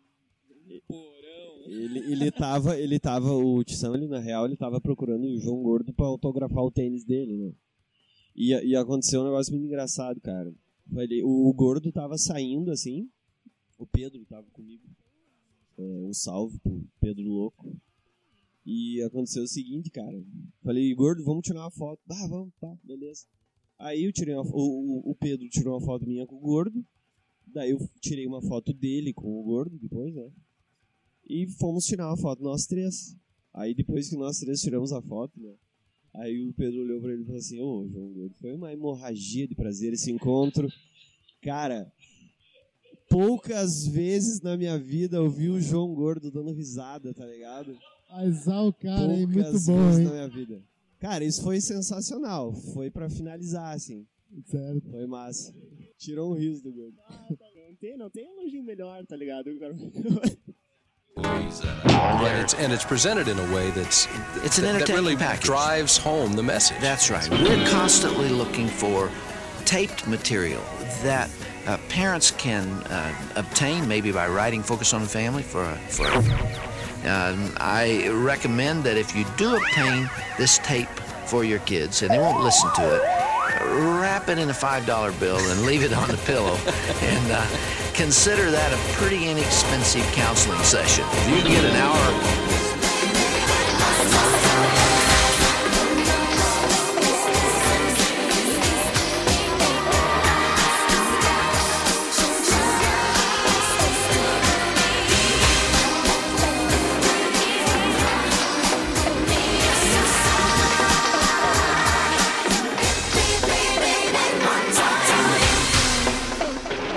no porão. Ele, ele tava, ele tava, o Tissão, ele, na real, ele tava procurando o João Gordo pra autografar o tênis dele, né? E, e aconteceu um negócio muito engraçado, cara. Ele- o, o Gordo tava saindo, assim, o Pedro tava comigo. É, um salve pro Pedro Louco. E aconteceu o seguinte, cara. Falei, Gordo, vamos tirar uma foto. Ah, vamos, tá, beleza. Aí eu tirei uma, fo- o, o- o Pedro tirou uma foto minha com o Gordo. Daí eu tirei uma foto dele com o Gordo depois, né? E fomos tirar uma foto, nós três. Aí depois que nós três tiramos a foto, né? Aí o Pedro olhou pra ele e falou assim, ô João Gordo, foi uma hemorragia de prazer esse encontro. Cara, poucas vezes na minha vida eu vi o João Gordo dando risada, tá ligado? Aizar o cara, hein? Muito Poucas bom, vezes hein? na minha vida. Cara, isso foi sensacional. Foi pra finalizar, assim. Certo. Foi massa. Tirou um riso do gordo. Não tem, não tem elogio melhor, [LAUGHS] tá ligado? And it's, and it's presented in a way that's It's an that- that entertainment really package. drives home the message. That's right. We're constantly looking for taped material that uh, parents can uh, obtain, maybe by writing "Focus on the Family" for a. For a um, I recommend that if you do obtain this tape for your kids and they won't listen to it, wrap it in a five-dollar bill and leave it on the pillow, and uh, consider that a pretty inexpensive counseling session. If you get an hour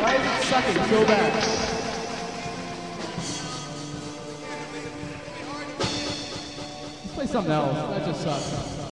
Why is it sucking so bad? Let's play something else. That just sucks.